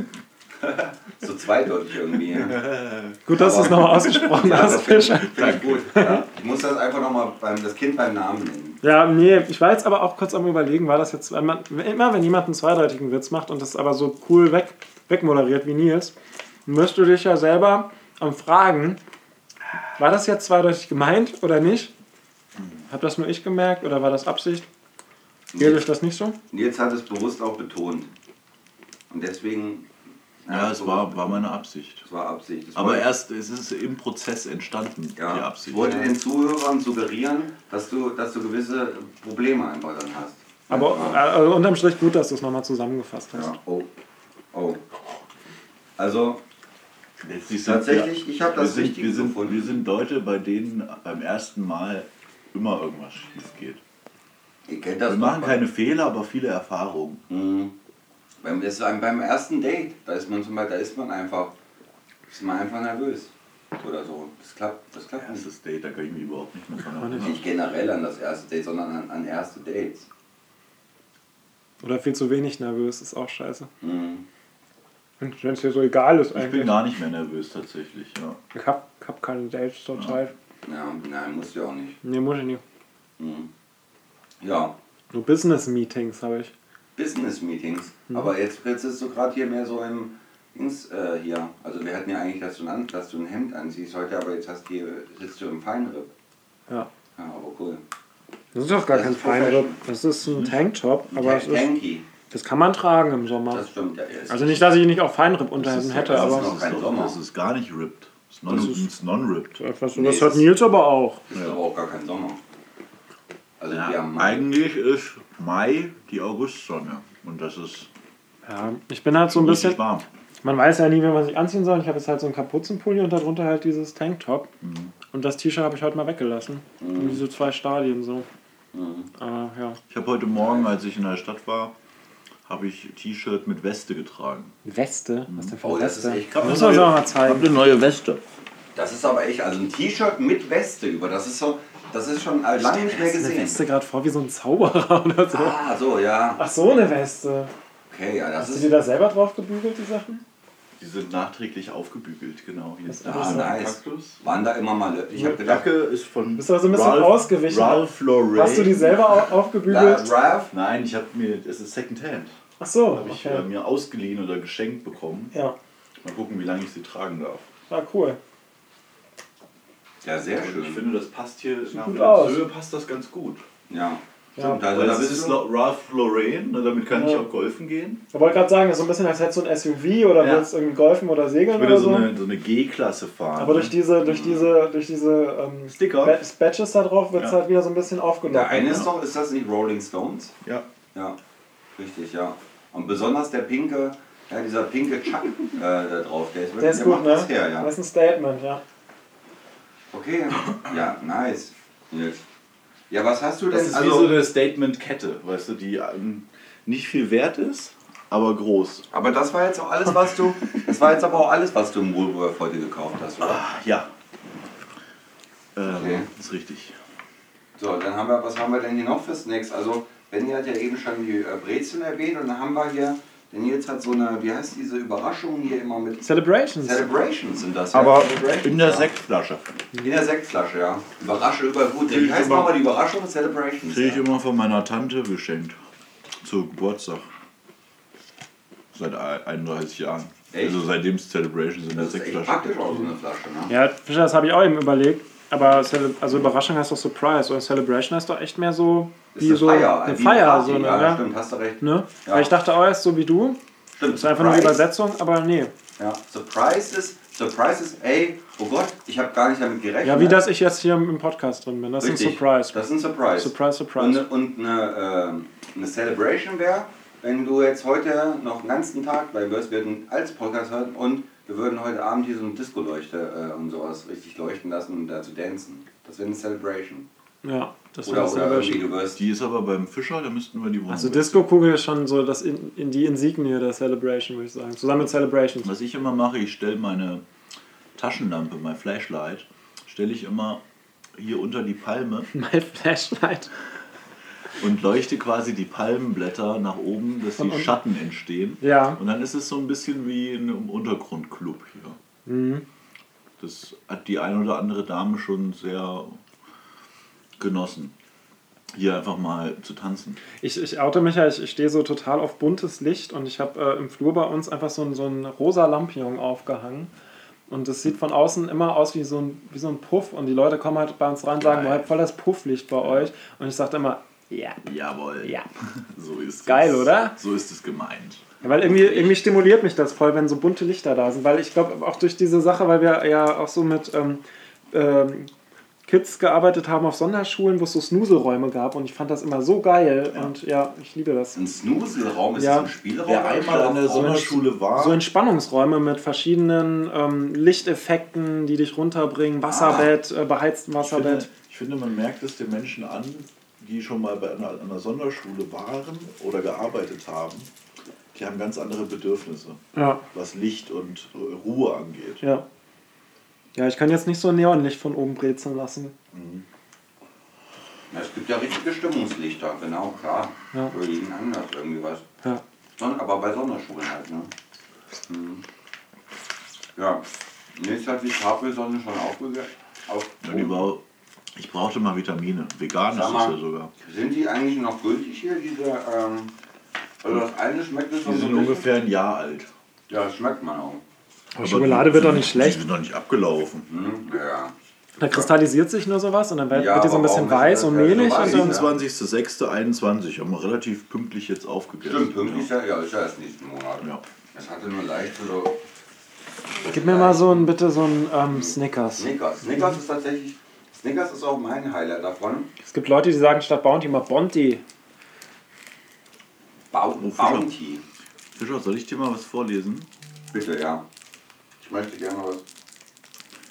Speaker 2: so zweideutig irgendwie. Ja, Also
Speaker 1: Gut, dass du es nochmal ausgesprochen hast,
Speaker 2: finde ich,
Speaker 1: Fischer.
Speaker 2: find ich gut. Ja. Ich muss das einfach nochmal beim das Kind beim Namen nennen.
Speaker 1: Ja, nee, ich war jetzt aber auch kurz am überlegen, war das jetzt, wenn man, immer wenn jemand einen zweideutigen Witz macht und das aber so cool weg, wegmoderiert wie Nils, musst du dich ja selber am Fragen, war das jetzt zweideutig gemeint oder nicht? Hab das nur ich gemerkt oder war das Absicht? Geht euch das nicht so?
Speaker 2: Nils hat es bewusst auch betont. Und deswegen.
Speaker 3: Ja, es war, war meine Absicht.
Speaker 2: Es war Absicht. Es
Speaker 3: Aber
Speaker 2: wollte-
Speaker 3: erst, es ist im Prozess entstanden, die
Speaker 2: Ja, ich
Speaker 3: Absicht.
Speaker 2: wollte den Zuhörern suggerieren, dass du, dass du gewisse Probleme einfach dann hast.
Speaker 1: Aber
Speaker 2: ja.
Speaker 1: also unterm Strich gut, dass du es nochmal zusammengefasst hast.
Speaker 2: Ja, oh. Oh. Also,
Speaker 3: Letztlich
Speaker 2: Tatsächlich,
Speaker 3: wir-
Speaker 2: ich hab das
Speaker 3: wir sind,
Speaker 2: Richtige
Speaker 3: wir sind,
Speaker 2: gefunden.
Speaker 3: Wir sind Leute, bei denen beim ersten Mal immer irgendwas schief geht.
Speaker 2: ihr kennt das
Speaker 3: Wir
Speaker 2: doch.
Speaker 3: machen keine Fehler, aber viele Erfahrungen.
Speaker 2: Mhm. Beim, das ist ein- beim ersten Date, da ist man zum Beispiel, da ist man einfach, ist man einfach nervös. Oder so. Das klappt, das klappt nicht.
Speaker 3: Erstes Date, da kann ich mich überhaupt nicht mehr dran
Speaker 1: Kann ich
Speaker 3: erinnern.
Speaker 2: Nicht generell an das erste Date, sondern an, an erste Dates.
Speaker 1: Oder viel zu wenig nervös, ist auch scheiße.
Speaker 2: Mhm.
Speaker 1: Und wenn es dir so egal ist
Speaker 3: Ich bin
Speaker 1: eigentlich.
Speaker 3: gar nicht mehr nervös tatsächlich. Ja.
Speaker 1: Ich hab, ich hab keine Dates zur Zeit.
Speaker 2: Ja, nein, musst du auch nicht.
Speaker 1: Nee, muss ich nicht.
Speaker 2: Mhm. Ja,
Speaker 1: Nur Business-Meetings habe ich.
Speaker 2: Business-Meetings.
Speaker 1: Mhm.
Speaker 2: Aber jetzt, jetzt bist du gerade hier mehr so im Dings äh, hier. Also wir hatten ja eigentlich, dass du, ein, An- dass du ein Hemd anziehst heute, aber jetzt hast du hier, sitzt du im Feinripp.
Speaker 1: Ja.
Speaker 2: Ja, aber cool.
Speaker 1: Das ist doch gar
Speaker 2: Das
Speaker 1: kein
Speaker 2: ist professional.
Speaker 1: Feinripp. Das ist ein Tanktop, aber es ist,
Speaker 2: Tanky,
Speaker 1: das kann man tragen im Sommer.
Speaker 2: das stimmt. Ja, ist
Speaker 1: Also nicht, dass ich nicht auch Feinripp-Unterhemden
Speaker 3: Das ist-
Speaker 1: hätte,
Speaker 3: das
Speaker 1: aber
Speaker 3: ist,
Speaker 2: noch kein
Speaker 3: doch-
Speaker 2: Sommer.
Speaker 3: Das ist gar nicht ripped. Das
Speaker 1: Das
Speaker 3: ist non-
Speaker 1: ist-
Speaker 3: das ist non-ripped.
Speaker 1: etwas,
Speaker 2: Nee,
Speaker 1: das hat
Speaker 2: das-
Speaker 1: Nils aber auch.
Speaker 2: ist aber auch gar kein Sommer. Also wir
Speaker 3: Ja,
Speaker 2: haben
Speaker 3: eigentlich ist Mai die Augustsonne. Und das ist
Speaker 1: Ja, ich bin halt so ein
Speaker 3: richtig
Speaker 1: bisschen,
Speaker 3: warm.
Speaker 1: man weiß ja nie, wenn man sich anziehen soll. Ich habe jetzt halt so einen Kapuzenpulli und darunter halt dieses Tanktop.
Speaker 2: Mhm.
Speaker 1: Und das T-Shirt habe ich heute mal weggelassen. Irgendwie
Speaker 2: Mhm.
Speaker 1: so zwei Stadien so. Aber ja.
Speaker 3: Ich habe heute Morgen, als ich in der Stadt war, habe ich T-Shirt mit Weste getragen.
Speaker 4: Weste? Was denn für
Speaker 2: Oh,
Speaker 4: eine
Speaker 2: das ist
Speaker 4: Weste?
Speaker 2: echt
Speaker 3: Ich hab
Speaker 1: Muss
Speaker 3: eine
Speaker 1: man es auch mal
Speaker 3: neue-
Speaker 5: Ich habe
Speaker 1: zeigen.
Speaker 5: eine neue Weste.
Speaker 2: Das ist aber echt, also ein T-Shirt mit Weste über, das ist so, das ist schon äh, lange nicht mehr
Speaker 1: Ist eine
Speaker 2: gesehen.
Speaker 1: Weste gerade vor wie so ein Zauberer oder so.
Speaker 2: Ah, so, ja.
Speaker 1: Ach so, eine Weste.
Speaker 2: Okay, ja, das
Speaker 1: Hast du
Speaker 2: ist.
Speaker 1: dir da selber drauf gebügelt, die Sachen?
Speaker 3: Die sind nachträglich aufgebügelt, genau. Hier ist
Speaker 1: Das
Speaker 2: Ah,
Speaker 1: ist
Speaker 3: ein
Speaker 2: nice.
Speaker 3: Kaktus.
Speaker 2: Waren da immer mal. Lö- Ich habe
Speaker 5: Die
Speaker 2: gedacht,
Speaker 5: Jacke ist von.
Speaker 1: Bist du also ein bisschen ausgewichen?
Speaker 3: Ralph Lauren.
Speaker 1: Hast du die selber au-
Speaker 2: da,
Speaker 1: aufgebügelt?
Speaker 2: Ralph,
Speaker 3: Nein, ich habe mir, es ist Secondhand.
Speaker 1: Ach so,
Speaker 3: Habe ich äh,
Speaker 2: ähm,
Speaker 1: okay.
Speaker 3: mir ausgeliehen oder geschenkt bekommen.
Speaker 1: Ja,
Speaker 3: Mal gucken, wie lange ich sie tragen darf.
Speaker 1: war cool.
Speaker 2: ja, sehr
Speaker 3: Also ich
Speaker 2: schön.
Speaker 3: finde, das passt hier nach
Speaker 1: gut
Speaker 3: der
Speaker 1: aus.
Speaker 3: Höhe passt das ganz gut.
Speaker 2: Ja.
Speaker 1: Ja.
Speaker 2: Stimmt, also
Speaker 3: Weil
Speaker 2: da
Speaker 3: das
Speaker 2: bist
Speaker 3: ist
Speaker 2: du.
Speaker 3: La- Ralph Lauren, ne, damit kann ich
Speaker 1: Ja.
Speaker 3: auch golfen gehen.
Speaker 1: Ich wollte gerade sagen, das ist so ein bisschen, als hättest du ein SUV oder
Speaker 3: Ja.
Speaker 1: willst irgendwie golfen oder
Speaker 3: Ich
Speaker 1: segeln
Speaker 3: würde
Speaker 1: oder
Speaker 3: so
Speaker 1: so.
Speaker 3: eine, so eine G-Klasse fahren.
Speaker 1: also.
Speaker 3: ne?
Speaker 1: Aber durch diese, durch diese, durch diese ähm,
Speaker 3: Sticker?
Speaker 1: Ba- Badges da drauf wird es
Speaker 3: Ja.
Speaker 1: halt wieder so ein bisschen aufgenommen.
Speaker 2: Der eine ist doch, ist das nicht Rolling Stones?
Speaker 3: Ja.
Speaker 2: Ja, richtig, ja. Und besonders der pinke, ja, dieser pinke Chuck äh, da drauf, der ist wirklich,
Speaker 1: Der ist gut,
Speaker 2: macht
Speaker 1: ne?
Speaker 2: das her, ja.
Speaker 1: Das ist ein Statement, ja.
Speaker 2: Okay, ja, nice. Nils. Ja, was hast du denn? also
Speaker 3: Das ist wie so eine Statement-Kette, weißt du, die ähm, nicht viel wert ist, aber groß.
Speaker 2: aber das war jetzt auch alles, was du, das war jetzt aber auch alles, was du im Woolworth heute gekauft hast, oder?
Speaker 3: Ah, Ja. Ähm,
Speaker 2: Okay.
Speaker 3: Ist richtig.
Speaker 2: So, dann haben wir, was haben wir denn hier noch für Snacks? Also, Benny hat ja eben schon die äh, Brezeln erwähnt und dann haben wir hier, denn Nils hat so eine, wie heißt diese Überraschung hier immer mit
Speaker 1: Celebrations.
Speaker 2: Celebrations sind das ja.
Speaker 5: Aber
Speaker 2: Celebrations,
Speaker 5: in der
Speaker 2: ja.
Speaker 5: Sektflasche
Speaker 2: In der Sektflasche, ja. Überrasche über gut.
Speaker 3: Krieg
Speaker 2: Wie
Speaker 3: ich
Speaker 2: heißt
Speaker 3: immer-
Speaker 2: nochmal die Überraschung? Celebration.
Speaker 3: Kriege ich immer von meiner Tante geschenkt. Zu Geburtstag. Seit ein- 31 Jahren.
Speaker 2: Echt?
Speaker 3: Also seitdem es Celebrations in der
Speaker 2: Das ist echt
Speaker 3: Sektflasche
Speaker 2: praktisch auch so eine Flasche, ne?
Speaker 1: Ja, Fischer, das habe ich auch eben überlegt. Aber Cele- also Überraschung heißt doch Surprise oder Celebration heißt doch echt mehr so wie so eine
Speaker 2: wie
Speaker 1: Feier.
Speaker 2: Party,
Speaker 1: so eine,
Speaker 2: ja,
Speaker 1: ja.
Speaker 2: stimmt, hast du recht.
Speaker 1: Ne?
Speaker 2: Ja.
Speaker 1: Weil ich dachte auch erst so wie du.
Speaker 2: Stimmt,
Speaker 1: Das ist einfach nur eine
Speaker 2: Surprise.
Speaker 1: Übersetzung, aber nee.
Speaker 2: Ja. Surprise ist, Surprise ist, ey, oh Gott, ich habe gar nicht damit gerechnet.
Speaker 1: Ja, wie dass ich jetzt hier im Podcast drin bin. Das ist ein
Speaker 2: Richtig,
Speaker 1: Surprise.
Speaker 2: Das ist ein Surprise.
Speaker 1: Surprise, Surprise.
Speaker 2: Und, und eine, ähm, eine Celebration wäre, wenn du jetzt heute noch einen ganzen Tag bei Börse werden als Podcast hören und wir würden heute Abend hier so eine Disco-Leuchte äh, und sowas richtig leuchten lassen und dazu tanzen. Das wäre eine Celebration.
Speaker 1: ja, das war
Speaker 2: Oder, oder irgendwie
Speaker 1: Celebration.
Speaker 2: du wirst
Speaker 3: Die ist aber beim Fischer, da müssten wir die Wohnung.
Speaker 1: Also Disco-Kugel ist schon so das in, in die Insignie der Celebration, würde ich sagen. Zusammen mit Celebrations.
Speaker 3: Was ich immer mache, ich stelle meine Taschenlampe, mein Flashlight, stelle ich immer hier unter die Palme
Speaker 1: Mein Flashlight.
Speaker 3: und leuchte quasi die Palmenblätter nach oben, dass die
Speaker 1: unten.
Speaker 3: Schatten entstehen.
Speaker 1: Ja.
Speaker 3: Und dann ist es so ein bisschen wie ein Untergrundclub hier.
Speaker 1: Mhm.
Speaker 3: Das hat die ein oder andere Dame schon sehr genossen. Hier einfach mal zu tanzen.
Speaker 1: Ich, ich oute mich ja, ich, ich stehe so total auf buntes Licht und ich habe äh, im Flur bei uns einfach so ein, so ein rosa Lampion aufgehangen. Und es sieht von außen immer aus wie so, ein, wie so ein Puff. Und die Leute kommen halt bei uns rein und sagen,
Speaker 3: Geil.
Speaker 1: boah, ihr habt voll das Pufflicht bei euch. Und ich sagte immer, ja.
Speaker 3: Jawohl.
Speaker 1: Ja.
Speaker 3: So ist
Speaker 1: Geil,
Speaker 3: es.
Speaker 1: oder?
Speaker 3: So ist es gemeint.
Speaker 1: Ja, Weil irgendwie, irgendwie stimuliert mich das voll, wenn so bunte Lichter da sind. Weil ich glaube, auch durch diese Sache, weil wir ja auch so mit ähm, ähm, Kids gearbeitet haben auf Sonderschulen, wo es so Snoozeräume gab. Und ich fand das immer so geil. Und ja, ich liebe das.
Speaker 2: ein Snuselraum, ist
Speaker 1: Ja.
Speaker 2: das ein Spielraum?
Speaker 3: Wer einmal an der
Speaker 2: Schlafraum?
Speaker 3: Sommerschule war,
Speaker 1: So Entspannungsräume mit verschiedenen ähm, Lichteffekten, die dich runterbringen. Wasserbett, äh, beheizten
Speaker 3: Ich finde,
Speaker 1: Wasserbett.
Speaker 3: ich finde, man merkt es den Menschen an, die schon mal bei einer, einer Sonderschule waren oder gearbeitet haben. Die haben ganz andere Bedürfnisse,
Speaker 1: Ja,
Speaker 3: was Licht und äh, Ruhe angeht.
Speaker 1: ja. Ja, ich kann jetzt nicht so ein Neonlicht von oben brezeln lassen.
Speaker 2: Ja, es gibt ja richtige Stimmungslichter, genau, klar.
Speaker 1: Ja.
Speaker 2: Oder jeden anders irgendwie was.
Speaker 1: Ja.
Speaker 2: Son aber bei Sonderschulen halt, ne? Mhm. Ja. Jetzt hat die Tafelsonne schon aufgegangen. Auf
Speaker 3: Ja, die war, ich brauchte mal Vitamine. Vegan ist
Speaker 2: Sag
Speaker 3: es
Speaker 2: mal.
Speaker 3: ja sogar.
Speaker 2: Sind die eigentlich noch gültig hier, diese, ähm, also das eine schmeckt es so
Speaker 3: Die
Speaker 2: ein
Speaker 3: sind
Speaker 2: bisschen-
Speaker 3: ungefähr ein Jahr alt.
Speaker 2: Ja, das schmeckt man auch.
Speaker 1: Aber Schokolade wird doch nicht
Speaker 3: Die
Speaker 1: schlecht.
Speaker 3: sind noch nicht abgelaufen.
Speaker 2: Hm? Ja.
Speaker 1: Da kristallisiert sich nur sowas und dann wird,
Speaker 2: Ja,
Speaker 1: wird die so ein
Speaker 2: aber
Speaker 1: bisschen
Speaker 2: warum ist
Speaker 1: weiß
Speaker 2: das
Speaker 1: und
Speaker 2: denn so
Speaker 1: mehlig.
Speaker 2: weiß?
Speaker 1: Und dann,
Speaker 3: 27.06.21 haben wir relativ pünktlich jetzt aufgegessen.
Speaker 2: Stimmt, pünktlich ist ja, ja, ist ja erst nächsten Monat.
Speaker 3: Ja.
Speaker 2: Es hatte nur leicht so.
Speaker 1: Gib mir mal so ein, bitte so ein ähm, Snickers.
Speaker 2: Snickers. Snickers ist tatsächlich. Snickers ist auch mein Highlight davon.
Speaker 1: Es gibt Leute, die sagen statt Bounty immer Bonti.
Speaker 2: Bau-
Speaker 3: Oh, Fischer.
Speaker 2: Bounty.
Speaker 3: Fischer, soll ich dir mal was vorlesen?
Speaker 2: Bitte, ja. Ich möchte gerne was,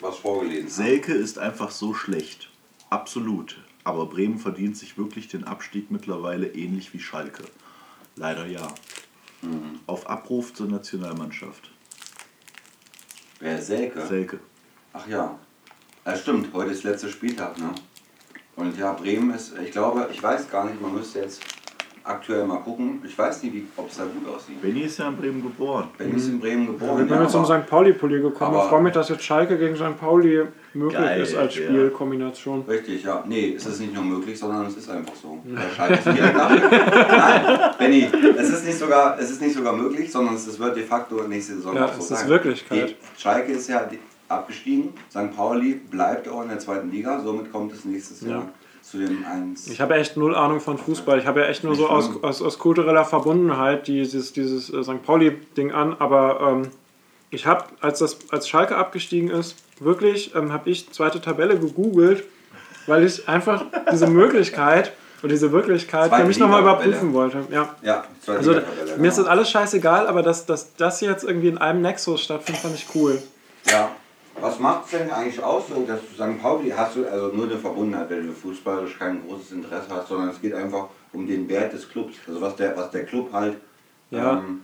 Speaker 2: was vorgelesen.
Speaker 3: Selke ist einfach so schlecht. Absolut. Aber Bremen verdient sich wirklich den Abstieg mittlerweile ähnlich wie Schalke. Leider ja.
Speaker 2: Mhm.
Speaker 3: Auf Abruf zur Nationalmannschaft.
Speaker 2: Wer Selke?
Speaker 3: Selke.
Speaker 2: Ach ja. Ja, stimmt, heute ist letzter Spieltag, ne? Und ja, Bremen ist, ich glaube, ich weiß gar nicht, man müsste jetzt aktuell mal gucken. Ich weiß nicht, ob es da gut aussieht.
Speaker 3: Benny ist ja in Bremen geboren.
Speaker 2: Benny ist in Bremen geboren.
Speaker 1: Ich bin jetzt zum
Speaker 2: aber-
Speaker 1: St. Pauli-Pulli gekommen.
Speaker 2: aber-
Speaker 1: ich freue mich, dass jetzt Schalke gegen St. Pauli möglich
Speaker 3: Geil,
Speaker 1: ist als
Speaker 3: ja.
Speaker 1: Spielkombination.
Speaker 2: Richtig, ja. Nee, es ist nicht nur möglich, sondern es ist einfach so. Der Schalke ist direkt nach. Nein, Benni, es ist nicht sogar, es ist nicht sogar möglich, sondern es wird de facto nächste Saison
Speaker 1: Ja,
Speaker 2: auch so
Speaker 1: es ist
Speaker 2: sein.
Speaker 1: Wirklichkeit.
Speaker 2: Die Schalke ist ja die- abgestiegen, St. Pauli bleibt auch in der zweiten Liga, somit kommt es nächstes
Speaker 1: Ja.
Speaker 2: Jahr zu dem 1.
Speaker 1: Ich habe echt null Ahnung von Fußball. Ich habe ja echt nur
Speaker 2: Nicht
Speaker 1: so aus,
Speaker 2: schlimm.
Speaker 1: aus, aus kultureller Verbundenheit dieses, dieses äh, St. Pauli-Ding an. Aber ähm, ich habe, als, das- als Schalke abgestiegen ist, wirklich ähm, habe ich zweite Tabelle gegoogelt, weil ich einfach diese Möglichkeit und diese Wirklichkeit für
Speaker 2: Zweite
Speaker 1: mich nochmal
Speaker 2: Liga-Tabelle.
Speaker 1: überprüfen wollte. Ja.
Speaker 2: ja, zweite
Speaker 1: Also,
Speaker 2: Liga-Tabelle,
Speaker 1: mir ist das
Speaker 2: genau.
Speaker 1: alles scheißegal, aber dass, dass das hier jetzt irgendwie in einem Nexus stattfindet, fand ich cool.
Speaker 2: Ja. Was macht es denn eigentlich aus, so, dass du St. Pauli hast du also nur eine Verbundenheit, wenn du fußballisch kein großes Interesse hast, sondern es geht einfach um den Wert des Clubs. Also was der, was der Club halt
Speaker 1: Ja.
Speaker 2: ähm,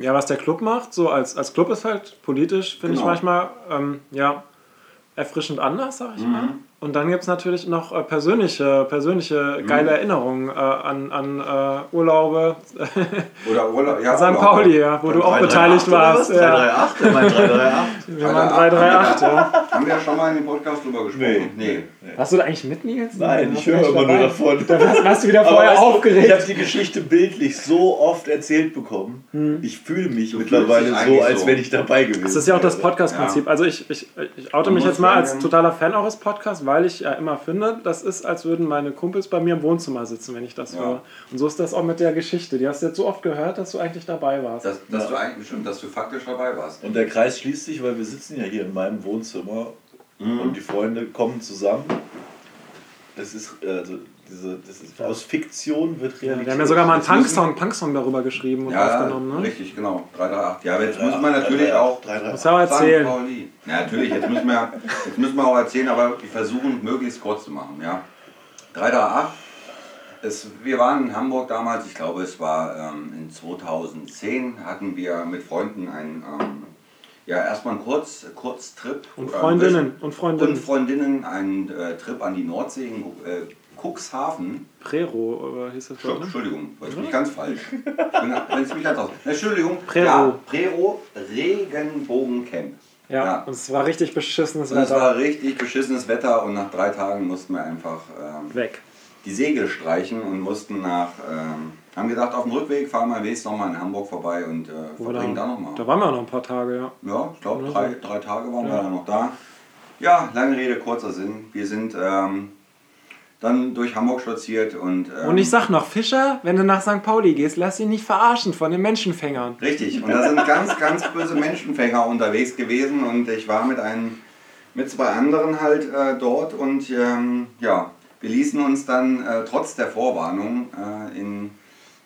Speaker 1: Ja, was der Club macht, so als, als Club ist halt politisch, finde ich
Speaker 2: Genau.
Speaker 1: manchmal, ähm, ja, erfrischend anders, sag ich mal.
Speaker 3: Mhm.
Speaker 1: Und dann gibt es natürlich noch äh, persönliche,
Speaker 3: Mhm.
Speaker 1: persönliche geile Erinnerungen äh, an, an äh, Urlaube.
Speaker 2: Oder Urlaub, ja.
Speaker 1: St.
Speaker 2: Urlaub. halt.
Speaker 1: Pauli, ja, wo du auch
Speaker 3: 338
Speaker 1: beteiligt
Speaker 3: oder
Speaker 1: warst.
Speaker 3: was?
Speaker 1: Ja.
Speaker 3: 338, mein 338.
Speaker 1: Wir waren
Speaker 2: Alter,
Speaker 1: 338, ja.
Speaker 2: Haben wir ja schon mal in dem Podcast drüber gesprochen? Nee.
Speaker 1: Warst du da eigentlich mit, Nils?
Speaker 3: Nein, ich
Speaker 1: Warst du
Speaker 3: höre
Speaker 1: nicht
Speaker 3: immer nur
Speaker 1: dabei?
Speaker 3: davon.
Speaker 1: Da warst, warst du wieder
Speaker 3: Aber
Speaker 1: vorher
Speaker 3: weißt du, Ich habe
Speaker 1: aufgeregt.
Speaker 3: die Geschichte bildlich so oft erzählt bekommen. Ich fühle mich
Speaker 2: fühlst
Speaker 3: mittlerweile
Speaker 2: dich
Speaker 3: so,
Speaker 2: eigentlich
Speaker 3: als
Speaker 2: so.
Speaker 3: wenn ich dabei gewesen wäre.
Speaker 1: Hm. Das ist ja auch das Podcast-Prinzip. Also ich, ich, ich oute
Speaker 2: Man
Speaker 1: mich
Speaker 2: muss
Speaker 1: jetzt mal als
Speaker 2: sagen-
Speaker 1: totaler Fan eures Podcasts, weil ich ja immer finde, das ist, als würden meine Kumpels bei mir im Wohnzimmer sitzen, wenn ich das
Speaker 2: Ja.
Speaker 1: höre. Und so ist das auch mit der Geschichte. Die hast du jetzt so oft gehört, dass du eigentlich dabei warst.
Speaker 2: Dass, dass
Speaker 3: Ja.
Speaker 2: du eigentlich bestimmt, dass du faktisch dabei warst.
Speaker 3: Und der Kreis schließt sich, weil wir sitzen ja hier in meinem Wohnzimmer
Speaker 2: Hm.
Speaker 3: und die Freunde kommen zusammen. Das ist, äh, also diese, das ist aus Fiktion wird
Speaker 1: ja,
Speaker 3: Realität.
Speaker 1: wir haben ja sogar mal einen
Speaker 2: Jetzt müssen-
Speaker 1: Punk-Song Punk darüber geschrieben und
Speaker 2: Ja,
Speaker 1: aufgenommen. Ne?
Speaker 2: richtig, genau. 338. Ja, aber jetzt müssen wir natürlich auch.
Speaker 3: 338.
Speaker 1: Muss ja auch
Speaker 2: St.
Speaker 1: erzählen.
Speaker 2: Pauli. Ja, natürlich, jetzt müssen, wir, jetzt müssen wir auch erzählen, aber wir versuchen möglichst kurz zu machen. Ja. 338. Es, wir waren in Hamburg damals, ich glaube es war ähm, in 2010, hatten wir mit Freunden einen, ähm, ja erstmal einen Kurz, Kurztrip.
Speaker 1: Und
Speaker 2: oder ein
Speaker 1: Freundinnen. Und
Speaker 2: äh, und
Speaker 1: Freundinnen.
Speaker 2: Freundinnen einen äh, Trip an die Nordsee in äh, Cuxhaven.
Speaker 1: Prero oder hieß das
Speaker 2: Stopp,
Speaker 1: doch, ne?
Speaker 2: Entschuldigung, war ich bin ganz falsch. Ich bin- Wenn es mich ganz aus. Entschuldigung,
Speaker 1: Prero.
Speaker 2: Ja, Prero Regenbogencamp.
Speaker 1: Ja,
Speaker 2: Ja.
Speaker 1: und es war richtig beschissenes
Speaker 2: Und es
Speaker 1: Wetter.
Speaker 2: war richtig beschissenes Wetter und nach drei Tagen mussten wir einfach ähm,
Speaker 1: Weg.
Speaker 2: die Segel streichen und mussten nach. Ähm, haben gedacht, auf dem Rückweg fahren wir wenigstens nochmal in Hamburg vorbei und äh,
Speaker 1: Wo wir
Speaker 2: verbringen da nochmal.
Speaker 1: da waren wir noch ein paar Tage, ja.
Speaker 2: Ja, ich glaube,
Speaker 1: Oder
Speaker 2: drei,
Speaker 1: so.
Speaker 2: drei Tage waren
Speaker 1: Ja.
Speaker 2: wir dann noch da. Ja, lange Rede, kurzer Sinn. Wir sind ähm, dann durch Hamburg spaziert und. Ähm,
Speaker 1: Und ich sag noch, Fischer, wenn du nach St. Pauli gehst, lass dich nicht verarschen von den Menschenfängern.
Speaker 2: Richtig, und da sind ganz, ganz böse Menschenfänger unterwegs gewesen und ich war mit einem, mit zwei anderen halt äh, dort und ähm, ja, wir ließen uns dann äh, trotz der Vorwarnung äh, in,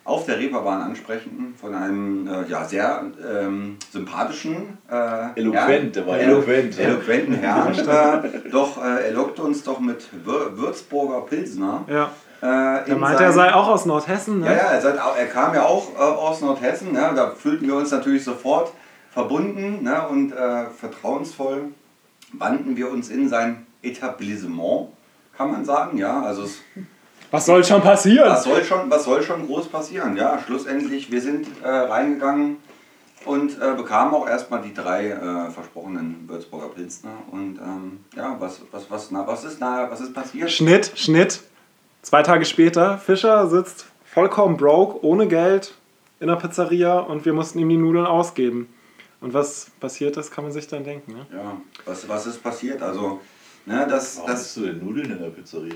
Speaker 2: auf der Reeperbahn ansprechen von einem äh, ja, sehr ähm, sympathischen, äh,
Speaker 3: Eloquent, der war
Speaker 2: Elo-
Speaker 3: eloquent, ja.
Speaker 2: eloquenten Herrn, äh, doch äh, er lockte uns doch mit Wür Würzburger Pilsner.
Speaker 1: Ja.
Speaker 2: Äh,
Speaker 1: Er meint, er sei auch aus Nordhessen, ne?
Speaker 2: ja, ja, er, seid, au- er kam ja auch äh, aus Nordhessen. Ne? Da fühlten wir uns natürlich sofort verbunden ne? und äh, vertrauensvoll wandten wir uns in sein Etablissement, kann man sagen. Ja, also es,
Speaker 1: Was soll schon passieren?
Speaker 2: was, soll schon, was soll schon groß passieren? Ja, schlussendlich, wir sind äh, reingegangen und äh, bekamen auch erstmal die drei äh, versprochenen Würzburger Pilzner. Und ähm, ja, was, was, was, na, was, ist, na, was ist passiert?
Speaker 1: Schnitt, Schnitt. Zwei Tage später, Fischer sitzt vollkommen broke, ohne Geld, in der Pizzeria und wir mussten ihm die Nudeln ausgeben. Und was passiert ist, kann man sich dann denken. Ne?
Speaker 2: Ja, was, was ist passiert? Also, ne, das,
Speaker 3: Warum
Speaker 2: das,
Speaker 3: hast du denn Nudeln in der Pizzeria?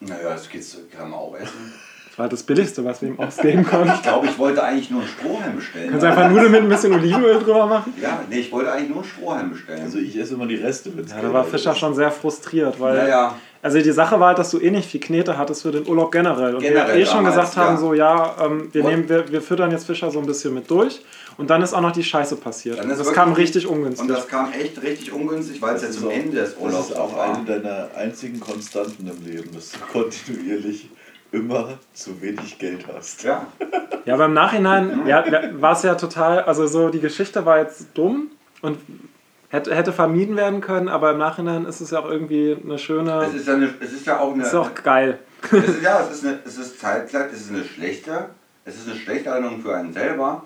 Speaker 2: Naja, das geht's, kann man auch essen.
Speaker 1: Das war das Billigste, was wir ihm ausgeben konnten.
Speaker 2: Ich glaube, ich wollte eigentlich nur einen Strohhalm bestellen.
Speaker 1: Kannst du einfach Nudeln mit ein bisschen Olivenöl drüber machen?
Speaker 2: Ja, nee, ich wollte eigentlich nur einen Strohhalm bestellen.
Speaker 3: Also ich esse immer die Reste, wenn es
Speaker 1: Ja, da war Fischer schon sehr frustriert, weil.
Speaker 2: Ja, ja.
Speaker 1: Also die Sache war halt, dass du eh nicht viel Knete hattest für den Urlaub generell. Und
Speaker 2: Generell
Speaker 1: wir eh schon
Speaker 2: damals,
Speaker 1: gesagt haben,
Speaker 2: ja.
Speaker 1: so ja, ähm, wir,
Speaker 2: Und-
Speaker 1: nehmen, wir, wir füttern jetzt Fischer so ein bisschen mit durch. Und dann ist auch noch die Scheiße passiert.
Speaker 2: Dann ist
Speaker 1: Das
Speaker 2: wirklich-
Speaker 1: kam richtig ungünstig.
Speaker 2: Und das kam echt richtig ungünstig, weil es ja
Speaker 3: ist
Speaker 2: zum
Speaker 3: auch-
Speaker 2: Ende des
Speaker 3: Das
Speaker 2: Urlaubs
Speaker 3: ist auch
Speaker 2: war.
Speaker 3: eine deiner einzigen Konstanten im Leben, dass du kontinuierlich immer zu wenig Geld hast.
Speaker 2: Ja.
Speaker 1: Ja, aber im Nachhinein ja, war es ja total, also so die Geschichte war jetzt dumm und hätte, hätte vermieden werden können, aber im Nachhinein ist es ja auch irgendwie eine
Speaker 2: Es
Speaker 1: schöne,
Speaker 2: ist ja, eine, es ist ja auch eine.
Speaker 1: ist auch geil.
Speaker 2: es ist, ja, es ist, eine, es ist zeitgleich, es ist eine schlechte, es ist eine schlechte Erinnerung für einen selber,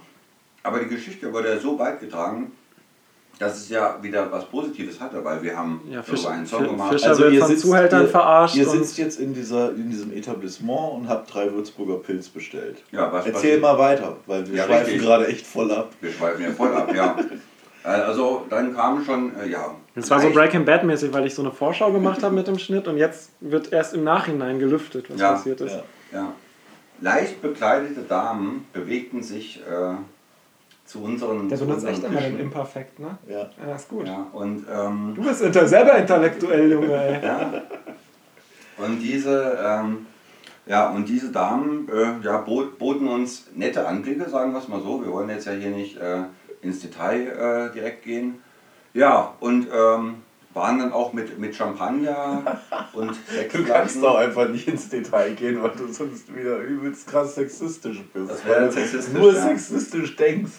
Speaker 2: aber die Geschichte wurde ja so weit getragen, dass es ja wieder was Positives hatte, weil wir haben
Speaker 1: Ja,
Speaker 2: darüber
Speaker 1: Fisch-
Speaker 2: einen Song
Speaker 1: Fi-
Speaker 2: gemacht.
Speaker 1: Fisch- wird von Zuhältern
Speaker 3: ihr,
Speaker 1: verarscht
Speaker 3: Ihr
Speaker 1: und-
Speaker 3: sitzt jetzt in, dieser, in diesem Etablissement und habt drei Würzburger Pilz bestellt.
Speaker 2: Ja, was
Speaker 3: Erzähl
Speaker 2: passiert?
Speaker 3: mal weiter, weil wir
Speaker 2: Ja,
Speaker 3: schweifen
Speaker 2: richtig.
Speaker 3: gerade echt voll ab.
Speaker 2: Wir schweifen ja voll ab, ja. Äh, Also dann kam schon, äh, ja.
Speaker 1: Das war so
Speaker 2: Leicht-
Speaker 1: Breaking Bad mäßig, weil ich so eine Vorschau gemacht habe mit dem Schnitt und jetzt wird erst im Nachhinein gelüftet, was
Speaker 2: Ja,
Speaker 1: passiert ist.
Speaker 3: Ja.
Speaker 2: Ja. Leicht bekleidete Damen bewegten sich äh, zu unseren.
Speaker 1: Der
Speaker 2: zu
Speaker 1: benutzt
Speaker 2: unseren
Speaker 1: echt immer den
Speaker 2: Tischen.
Speaker 1: Imperfekt, ne?
Speaker 3: Ja.
Speaker 1: Ja, ist gut.
Speaker 2: Ja, und ähm,
Speaker 1: Du bist inter selber intellektuell, Junge, ey.
Speaker 2: Ja. Und diese, ähm, ja, und diese Damen äh, ja, bot, boten uns nette Anblicke, sagen wir es mal so. Wir wollen jetzt ja hier nicht äh, ins Detail äh, direkt gehen. Ja, und ähm, waren dann auch mit, mit Champagner und
Speaker 3: Du kannst doch einfach nicht ins Detail gehen, weil du sonst wieder übelst krass sexistisch bist.
Speaker 2: Das wäre
Speaker 3: weil du
Speaker 2: sexistisch,
Speaker 3: Nur
Speaker 2: ja.
Speaker 3: sexistisch denkst.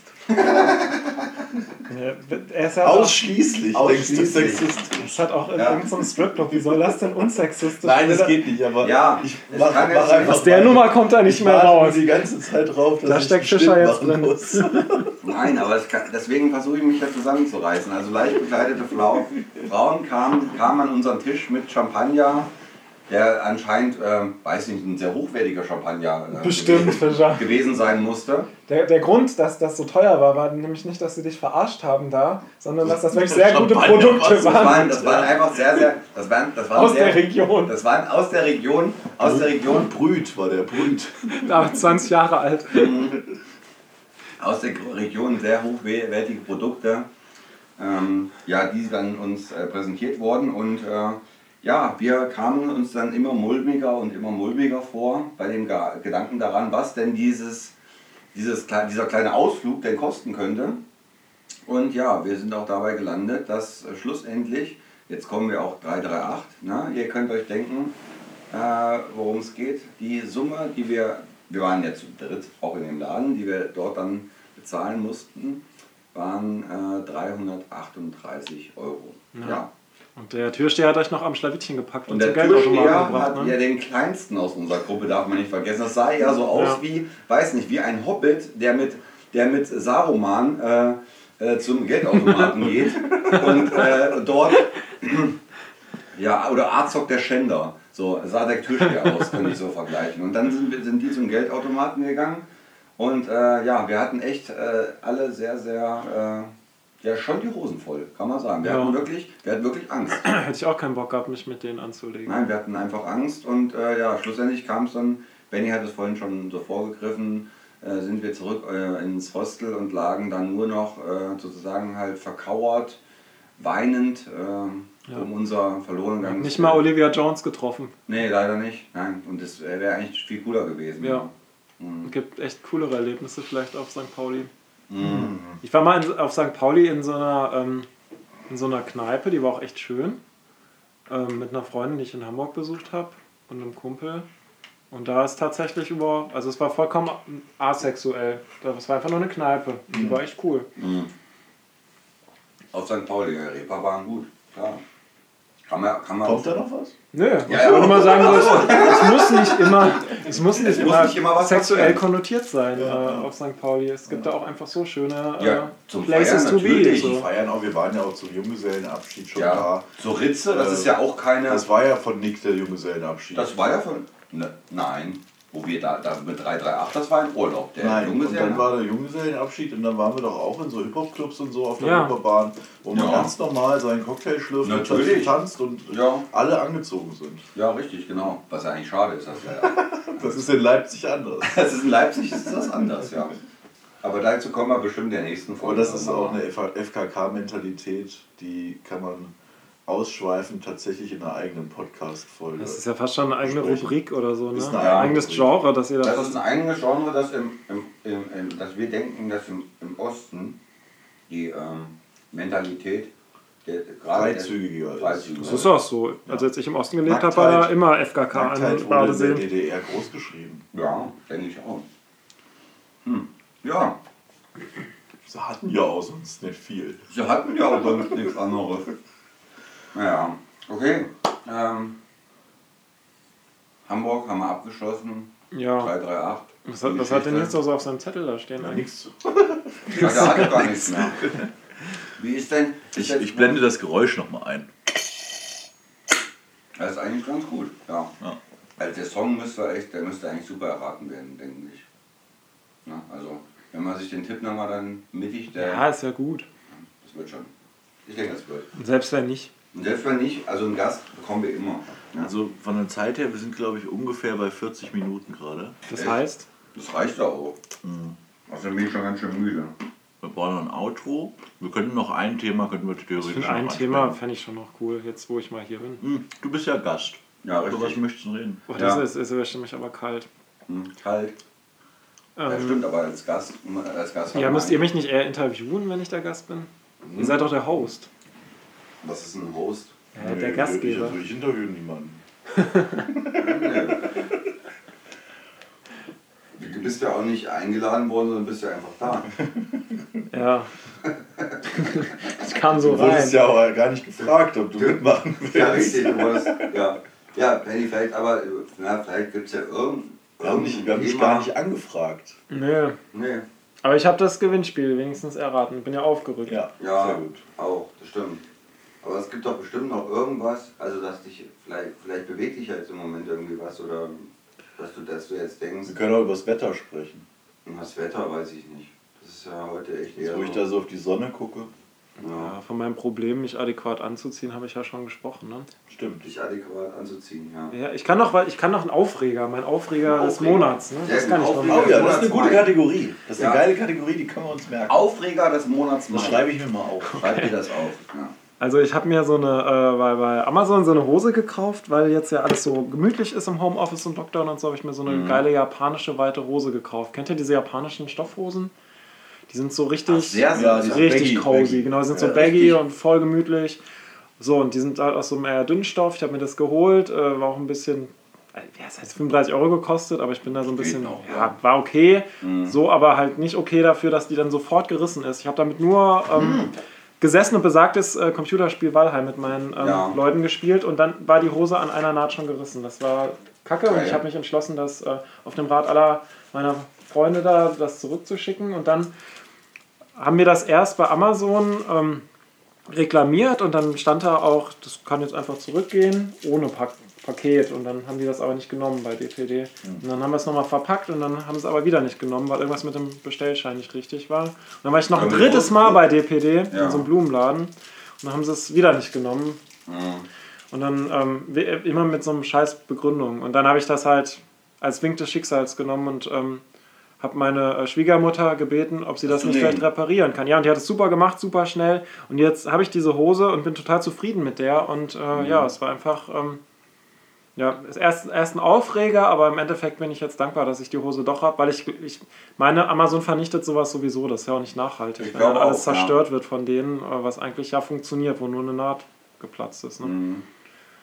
Speaker 1: Er ist ja
Speaker 3: Ausschließlich,
Speaker 2: Ausschließlich.
Speaker 3: denkst du sexistisch.
Speaker 1: Das hat auch in
Speaker 2: Ja.
Speaker 1: irgendeinem Stripclub. Wie soll das denn unsexistisch
Speaker 3: Nein, das
Speaker 1: sein?
Speaker 3: geht nicht, aber
Speaker 2: Ja,
Speaker 3: ich
Speaker 2: es
Speaker 3: mach,
Speaker 2: kann
Speaker 3: mach
Speaker 2: jetzt-
Speaker 3: einfach
Speaker 1: Aus der
Speaker 3: weiter.
Speaker 1: Nummer kommt er nicht
Speaker 3: Ich
Speaker 1: mehr
Speaker 3: warte nur
Speaker 1: raus.
Speaker 3: die ganze Zeit drauf, dass
Speaker 1: Da
Speaker 3: ich
Speaker 1: steckt
Speaker 3: einen
Speaker 1: Fischer
Speaker 3: Schnitt
Speaker 1: jetzt
Speaker 3: machen
Speaker 1: drin.
Speaker 3: muss.
Speaker 2: Nein, aber es kann, deswegen versuche ich mich da zusammenzureißen. Also leicht bekleidete Flau, Frauen kamen, kamen an unseren Tisch mit Champagner, der anscheinend, ähm, weiß nicht, ein sehr hochwertiger Champagner äh,
Speaker 1: Bestimmt, Fischer.
Speaker 2: gewesen sein musste.
Speaker 1: Der, der Grund, dass das so teuer war, war nämlich nicht, dass sie dich verarscht haben da, sondern dass das wirklich sehr gute
Speaker 3: Champagner
Speaker 1: Produkte
Speaker 3: war's.
Speaker 2: Das
Speaker 1: waren.
Speaker 2: waren, das waren einfach sehr, sehr, das waren, das waren
Speaker 1: Aus
Speaker 2: sehr,
Speaker 1: der Region.
Speaker 2: Das waren aus der Region, aus der Region,
Speaker 3: Brüt war der Brüt.
Speaker 1: Aber 20 Jahre alt.
Speaker 2: aus der Region sehr hochwertige Produkte, ähm, ja, die dann uns äh, präsentiert wurden und äh, ja, wir kamen uns dann immer mulmiger und immer mulmiger vor bei dem Ga- Gedanken daran, was denn dieses, dieses, klei- dieser kleine Ausflug denn kosten könnte. Und ja, wir sind auch dabei gelandet, dass äh, schlussendlich, jetzt kommen wir auch 338, ne? ihr könnt euch denken, äh, worum es geht. Die Summe, die wir, wir waren ja zu dritt auch in dem Laden, die wir dort dann bezahlen mussten, waren äh, 338 Euro. Ja.
Speaker 1: Und der Türsteher hat euch noch am Schlawittchen gepackt und,
Speaker 2: Und
Speaker 1: und zum
Speaker 2: der
Speaker 1: Geldautomaten
Speaker 2: Türsteher
Speaker 1: gebracht.
Speaker 2: hat ja
Speaker 1: Ne?
Speaker 2: den kleinsten aus unserer Gruppe, darf man nicht vergessen. Das sah ja so aus
Speaker 1: Ja.
Speaker 2: wie, weiß nicht, wie ein Hobbit, der mit, der mit Saruman äh, äh, zum Geldautomaten geht und äh, dort, ja, oder Arzog der Schänder. So sah der Türsteher aus, könnte ich so vergleichen. Und dann sind, wir- sind die zum Geldautomaten gegangen und äh, ja, wir hatten echt äh, alle sehr, sehr, äh, ja, schon die Hosen voll, kann man sagen. Wir,
Speaker 1: Ja.
Speaker 2: hatten, wirklich, wir hatten wirklich Angst.
Speaker 1: Hätte ich auch keinen Bock gehabt, mich mit denen anzulegen.
Speaker 2: Nein, wir hatten einfach Angst und äh, ja, schlussendlich kam es dann, Benny hat es vorhin schon so vorgegriffen, äh, sind wir zurück äh, ins Hostel und lagen dann nur noch äh, sozusagen halt verkauert, weinend äh,
Speaker 1: Ja.
Speaker 2: um unser verloren gegangenes
Speaker 1: Nicht
Speaker 2: Geld.
Speaker 1: mal Olivia Jones getroffen.
Speaker 2: Nee, leider nicht. Nein, und das wäre eigentlich viel cooler gewesen.
Speaker 1: Ja.
Speaker 2: Mhm.
Speaker 1: Gibt echt coolere Erlebnisse vielleicht auf St. Pauli.
Speaker 2: Mhm.
Speaker 1: Ich war mal in, auf St. Pauli in so, einer, ähm, in so einer Kneipe, die war auch echt schön. Ähm, mit einer Freundin, die ich in Hamburg besucht habe und einem Kumpel. Und da ist tatsächlich über, also es war vollkommen asexuell. Das war einfach nur eine Kneipe. Die war echt cool.
Speaker 2: Mhm. Auf St. Pauli, ja, Reeper waren gut, klar. Kann man, kann man
Speaker 3: Kommt da noch was?
Speaker 1: Nö,
Speaker 2: ja.
Speaker 1: ich würde mal sagen, so, es, es muss nicht immer, es muss nicht,
Speaker 2: muss
Speaker 1: immer,
Speaker 2: nicht immer was
Speaker 1: sexuell
Speaker 2: passieren.
Speaker 1: konnotiert sein
Speaker 3: Ja,
Speaker 1: äh,
Speaker 3: ja.
Speaker 1: auf St. Pauli. Es gibt da auch einfach so schöne äh,
Speaker 2: Ja, zum
Speaker 1: Places
Speaker 2: Feiern
Speaker 1: to be.
Speaker 2: natürlich.
Speaker 3: Die
Speaker 1: So.
Speaker 3: feiern auch, wir waren ja auch zum Junggesellenabschied schon
Speaker 2: Ja,
Speaker 3: da.
Speaker 2: so Ritze, das ist ja auch keine.
Speaker 3: Äh, Das war ja von Nick der Junggesellenabschied.
Speaker 2: Das war ja von. Ne, nein. Wo wir da, da mit 338, das war ein Urlaub. Der
Speaker 3: Nein,
Speaker 2: Junge ne?
Speaker 3: und dann war der Junggesellenabschied und dann waren wir doch auch in so Hip-Hop-Clubs und so auf der
Speaker 1: Ja.
Speaker 3: Reeperbahn, wo man
Speaker 2: Ja.
Speaker 3: ganz normal seinen Cocktail schlürft
Speaker 2: Natürlich.
Speaker 3: und tanzt und
Speaker 2: Ja.
Speaker 3: alle angezogen sind.
Speaker 2: Ja, richtig, genau. Was ja eigentlich schade ist. Dass wir,
Speaker 3: Das ist in Leipzig anders.
Speaker 2: das ist in Leipzig ist das anders, ja. Aber dazu kommen wir bestimmt in der nächsten
Speaker 3: Aber
Speaker 2: Folge.
Speaker 3: Oh, das ist auch
Speaker 2: nicht.
Speaker 3: eine FKK-Mentalität, die kann man ausschweifend tatsächlich in einer eigenen Podcast-Folge.
Speaker 1: Das ist ja fast schon eine eigene
Speaker 3: Sprechen.
Speaker 1: Rubrik oder so, ne?
Speaker 3: Ist eine
Speaker 1: ein
Speaker 3: eigene
Speaker 1: eigenes
Speaker 3: Rubrik.
Speaker 1: Genre, dass ihr da.
Speaker 2: Das ist ein eigenes Genre, das, im, im, im, im, dass wir denken, dass im, im Osten die ähm, Mentalität Der, der- gerade der-
Speaker 3: Freizügiger.
Speaker 2: Freizügiger.
Speaker 1: Das ist auch so. Also,
Speaker 3: Ja.
Speaker 1: als ich im Osten gelebt habe,
Speaker 3: Nacktheit.
Speaker 1: war da immer FKK an den
Speaker 3: Nacktheit wurde in der
Speaker 1: Badeseen.
Speaker 3: DDR großgeschrieben.
Speaker 2: Ja, denke ich auch. Hm. Ja,
Speaker 3: Sie hatten ja auch sonst nicht viel.
Speaker 2: sie hatten ja auch sonst nichts anderes. Naja, okay. Ähm, Hamburg haben wir abgeschlossen.
Speaker 1: Ja.
Speaker 2: 338.
Speaker 1: Was hat, was hat denn jetzt noch so auf seinem Zettel da stehen?
Speaker 3: Ja,
Speaker 1: eigentlich?
Speaker 3: nix.
Speaker 2: Ja, der hatte gar nichts mehr. Wie ist denn. ist
Speaker 3: Ich,
Speaker 2: jetzt-
Speaker 3: ich blende das Geräusch nochmal ein.
Speaker 2: Das ist eigentlich ganz gut, ja.
Speaker 3: Ja.
Speaker 2: Also der Song müsste echt, der müsste eigentlich super erraten werden, denke ich. Na, also, wenn man sich den Tipp nochmal dann mittig, der,
Speaker 1: Ja, ist ja gut.
Speaker 2: das wird schon. Ich denke, das wird.
Speaker 1: Und selbst wenn nicht.
Speaker 2: Und selbst wenn nicht, also einen Gast bekommen wir immer. Ja.
Speaker 3: Also von der Zeit her, wir sind glaube ich ungefähr bei 40 Minuten gerade.
Speaker 1: Das
Speaker 2: Echt?
Speaker 1: heißt,
Speaker 2: Das reicht ja auch.
Speaker 3: Mhm.
Speaker 2: Außerdem bin ich schon ganz schön müde.
Speaker 3: Wir brauchen noch ein Outro. Wir könnten noch ein Thema, könnten wir
Speaker 1: ich
Speaker 3: theoretisch
Speaker 1: finde
Speaker 3: noch
Speaker 1: ein Thema
Speaker 3: ansprechen.
Speaker 1: fände ich schon noch cool, jetzt wo ich mal hier bin.
Speaker 3: Hm, Du bist ja Gast.
Speaker 2: Ja,
Speaker 3: Über was
Speaker 2: richtig.
Speaker 3: möchtest du reden?
Speaker 1: Oh, das
Speaker 2: Ja.
Speaker 1: ist, ist erwischt mich aber kalt.
Speaker 2: Hm, kalt. Ja,
Speaker 1: Ähm,
Speaker 2: stimmt, aber als Gast, ne, als Gast
Speaker 1: ja,
Speaker 2: hat man
Speaker 1: müsst ihr
Speaker 2: eigentlich-
Speaker 1: mich nicht eher interviewen, wenn ich der Gast bin?
Speaker 3: Mhm.
Speaker 1: Ihr seid doch der Host.
Speaker 2: Was ist ein Host?
Speaker 1: Ja, der Gastgeber.
Speaker 3: ich interviewe niemanden.
Speaker 2: Hm. du bist ja auch nicht eingeladen worden, sondern bist ja einfach da.
Speaker 1: Ja. das kam so rein.
Speaker 3: ja auch gar nicht gefragt, ob du mitmachen
Speaker 2: Ja, richtig, du wolltest. Ja, ja Penny, vielleicht, aber na, vielleicht gibt es ja irgendein.
Speaker 3: angefragt.
Speaker 1: Nö.
Speaker 2: Nee,
Speaker 1: Aber ich habe das Gewinnspiel wenigstens erraten. Bin ja aufgerückt.
Speaker 2: ja, auch, das stimmt. Aber es gibt doch bestimmt noch irgendwas, also dass dich, vielleicht, vielleicht bewegt dich jetzt im Moment irgendwie was oder dass du, dass du jetzt denkst,
Speaker 3: können auch über das Wetter sprechen.
Speaker 2: "Hm, das Wetter weiß ich nicht. Das ist ja heute echt eher so.
Speaker 3: so auf die Sonne gucke.
Speaker 2: ja,
Speaker 1: Ja, von meinem Problem, mich adäquat anzuziehen, habe ich ja schon gesprochen. Ne?
Speaker 3: Stimmt.
Speaker 2: dich adäquat anzuziehen, ja.
Speaker 1: Ja, ich kann noch, wa- ich kann noch einen Aufreger, mein Aufreger,
Speaker 2: Ein
Speaker 1: des
Speaker 2: Aufreger.
Speaker 1: Monats. Ne?
Speaker 2: Sehr
Speaker 1: Das
Speaker 2: gut,
Speaker 1: kann ich noch
Speaker 2: Aufreger.
Speaker 1: mal.
Speaker 2: Oh ja, das ist eine gute
Speaker 3: Kategorie. Das
Speaker 2: ist eine geile
Speaker 3: Kategorie, die können wir uns merken.
Speaker 2: Aufreger des Monats
Speaker 3: Das schreibe ich mir mal auf.
Speaker 2: Schreib dir das auf. Ja.
Speaker 1: Also ich habe mir so eine äh, bei, bei Amazon so eine Hose gekauft, weil jetzt ja alles so gemütlich ist im Homeoffice und Lockdown und so, habe ich mir so
Speaker 2: Mhm.
Speaker 1: eine geile japanische weite Hose gekauft. Kennt ihr diese japanischen Stoffhosen? Die sind so richtig.
Speaker 2: Sehr, sehr,
Speaker 3: Ja,
Speaker 2: sehr.
Speaker 3: diese-
Speaker 1: richtig
Speaker 3: baggy,
Speaker 1: cozy,
Speaker 3: baggy.
Speaker 1: genau, die sind so
Speaker 3: Ja,
Speaker 1: baggy
Speaker 2: richtig.
Speaker 1: und voll gemütlich. So, und die sind halt aus so einem eher dünnen Stoff. Ich habe mir das geholt, äh, war auch ein bisschen, äh, ja, es hat 35 Euro gekostet, aber ich bin da so ein
Speaker 2: Geht
Speaker 1: bisschen,
Speaker 2: noch,
Speaker 1: ja,
Speaker 2: ja. Mhm.
Speaker 1: war okay, so, aber halt nicht okay dafür, dass die dann sofort gerissen ist. Ich habe damit nur ähm,
Speaker 2: Mhm.
Speaker 1: gesessen und besagtes äh, Computerspiel Valheim mit meinen ähm,
Speaker 2: Ja.
Speaker 1: Leuten gespielt und dann war die Hose an einer Naht schon gerissen. Das war kacke und
Speaker 2: Geil.
Speaker 1: ich habe mich entschlossen, das äh, auf dem Rat aller meiner Freunde da, das zurückzuschicken und dann haben mir das erst bei Amazon ähm, reklamiert und dann stand da auch, das kann jetzt einfach zurückgehen, ohne Pak Paket. Und dann haben die das aber nicht genommen bei DPD. Und dann haben wir es nochmal verpackt und dann haben sie es aber wieder nicht genommen, weil irgendwas mit dem Bestellschein nicht richtig war. Und dann war ich noch ein
Speaker 2: Aber
Speaker 1: drittes
Speaker 2: groß-
Speaker 1: Mal bei DPD
Speaker 2: Ja.
Speaker 1: in so einem Blumenladen und dann haben sie es wieder nicht genommen.
Speaker 2: Mhm.
Speaker 1: Und dann ähm, wie- immer mit so einem scheiß Begründung. Und dann habe ich das halt als Wink des Schicksals genommen und ähm, habe meine äh, Schwiegermutter gebeten, ob sie das
Speaker 3: zu
Speaker 1: nicht
Speaker 3: nehmen.
Speaker 1: vielleicht reparieren kann. Ja, und die hat es super gemacht, super schnell. Und jetzt habe ich diese Hose und bin total zufrieden mit der. Und äh,
Speaker 2: Mhm.
Speaker 1: ja, es war einfach, ähm, ja, es ist erst, erst ein Aufreger, aber im Endeffekt bin ich jetzt dankbar, dass ich die Hose doch habe, weil ich, ich meine, Amazon vernichtet sowas sowieso, das ist ja auch nicht nachhaltig,
Speaker 2: Ich
Speaker 1: wenn dann
Speaker 2: glaube
Speaker 1: alles
Speaker 2: auch, ja.
Speaker 1: zerstört wird von denen, äh, was eigentlich ja funktioniert, wo nur eine Naht geplatzt ist. Ne?
Speaker 2: Mhm.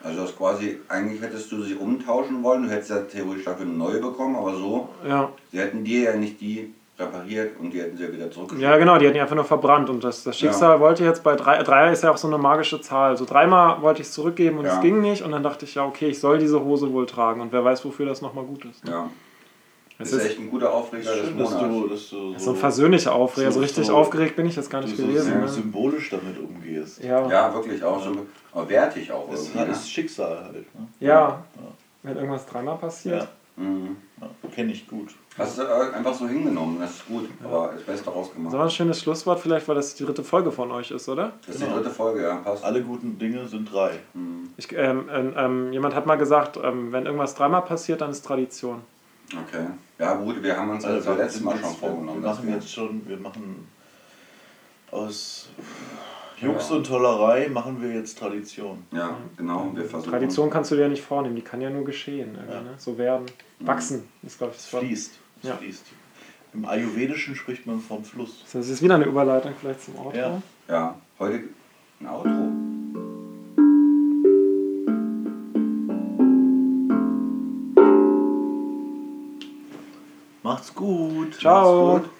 Speaker 2: Also das quasi, eigentlich hättest du sie umtauschen wollen, du hättest ja theoretisch dafür eine neue bekommen, aber so,
Speaker 1: Ja.
Speaker 2: sie hätten dir ja nicht die repariert und die hätten sie ja wieder zurückgeschickt.
Speaker 1: Ja, genau, die hatten die einfach nur verbrannt. Und das, das Schicksal wollte jetzt bei drei, drei ist ja auch so eine magische Zahl. So dreimal wollte ich es zurückgeben und
Speaker 2: Ja.
Speaker 1: es ging nicht. Und dann dachte ich, ja, okay, ich soll diese Hose wohl tragen. Und wer weiß, wofür das nochmal gut ist.
Speaker 2: Ja.
Speaker 1: Es
Speaker 2: Das
Speaker 1: ist,
Speaker 2: ist echt ein guter Aufreger des
Speaker 3: Schön, dass du,
Speaker 2: Monats.
Speaker 3: dass du
Speaker 1: so ein versöhnlicher Aufreger. So
Speaker 3: so-
Speaker 1: richtig
Speaker 3: so-
Speaker 1: aufgeregt bin ich jetzt gar
Speaker 3: du
Speaker 1: nicht
Speaker 3: so
Speaker 1: gewesen. Ne?
Speaker 3: symbolisch damit umgehst.
Speaker 1: Ja. Ja.
Speaker 2: Ja, wirklich auch so. Aber wertig auch
Speaker 3: Es
Speaker 2: irgendwie. Ne?
Speaker 3: ist Schicksal halt. Ne?
Speaker 1: Wenn irgendwas dreimal passiert.
Speaker 3: Ja,
Speaker 2: Mhm.
Speaker 3: kenne ich gut.
Speaker 2: Hast du äh, einfach so hingenommen, das ist gut, aber das
Speaker 1: Das
Speaker 2: Beste
Speaker 1: war
Speaker 2: rausgemacht.
Speaker 1: ein schönes Schlusswort vielleicht, weil das die dritte Folge von euch ist, oder?
Speaker 2: Das ist die
Speaker 3: Genau.
Speaker 2: dritte Folge, ja, passt.
Speaker 3: Alle guten Dinge sind drei.
Speaker 2: Mhm.
Speaker 1: Ich, ähm, ähm, ähm, jemand hat mal gesagt, ähm, wenn irgendwas dreimal passiert, dann ist Tradition.
Speaker 2: Okay. Ja gut, Also wir haben uns das
Speaker 3: wir
Speaker 2: letztes
Speaker 3: sind
Speaker 2: Mal
Speaker 3: jetzt-
Speaker 2: schon vorgenommen.
Speaker 3: Wir
Speaker 2: dass
Speaker 3: machen
Speaker 2: wir-
Speaker 3: jetzt schon, wir machen aus Jux und Tollerei machen wir jetzt Tradition.
Speaker 2: Ja, genau. und Wir versuchen.
Speaker 1: Tradition kannst du dir ja nicht vornehmen, die kann ja nur geschehen, irgendwie, ne? so werden. Wachsen ist, glaube ich,
Speaker 3: Es
Speaker 1: das Wort.
Speaker 3: fließt. Es
Speaker 1: Ja.
Speaker 3: fließt. Im Ayurvedischen spricht man vom Fluss.
Speaker 1: Das ist wieder eine Überleitung vielleicht zum Outro.
Speaker 3: Ja.
Speaker 2: Ja, heute
Speaker 3: Ein Outro.
Speaker 2: Macht's gut.
Speaker 6: Ciao.
Speaker 3: Macht's gut.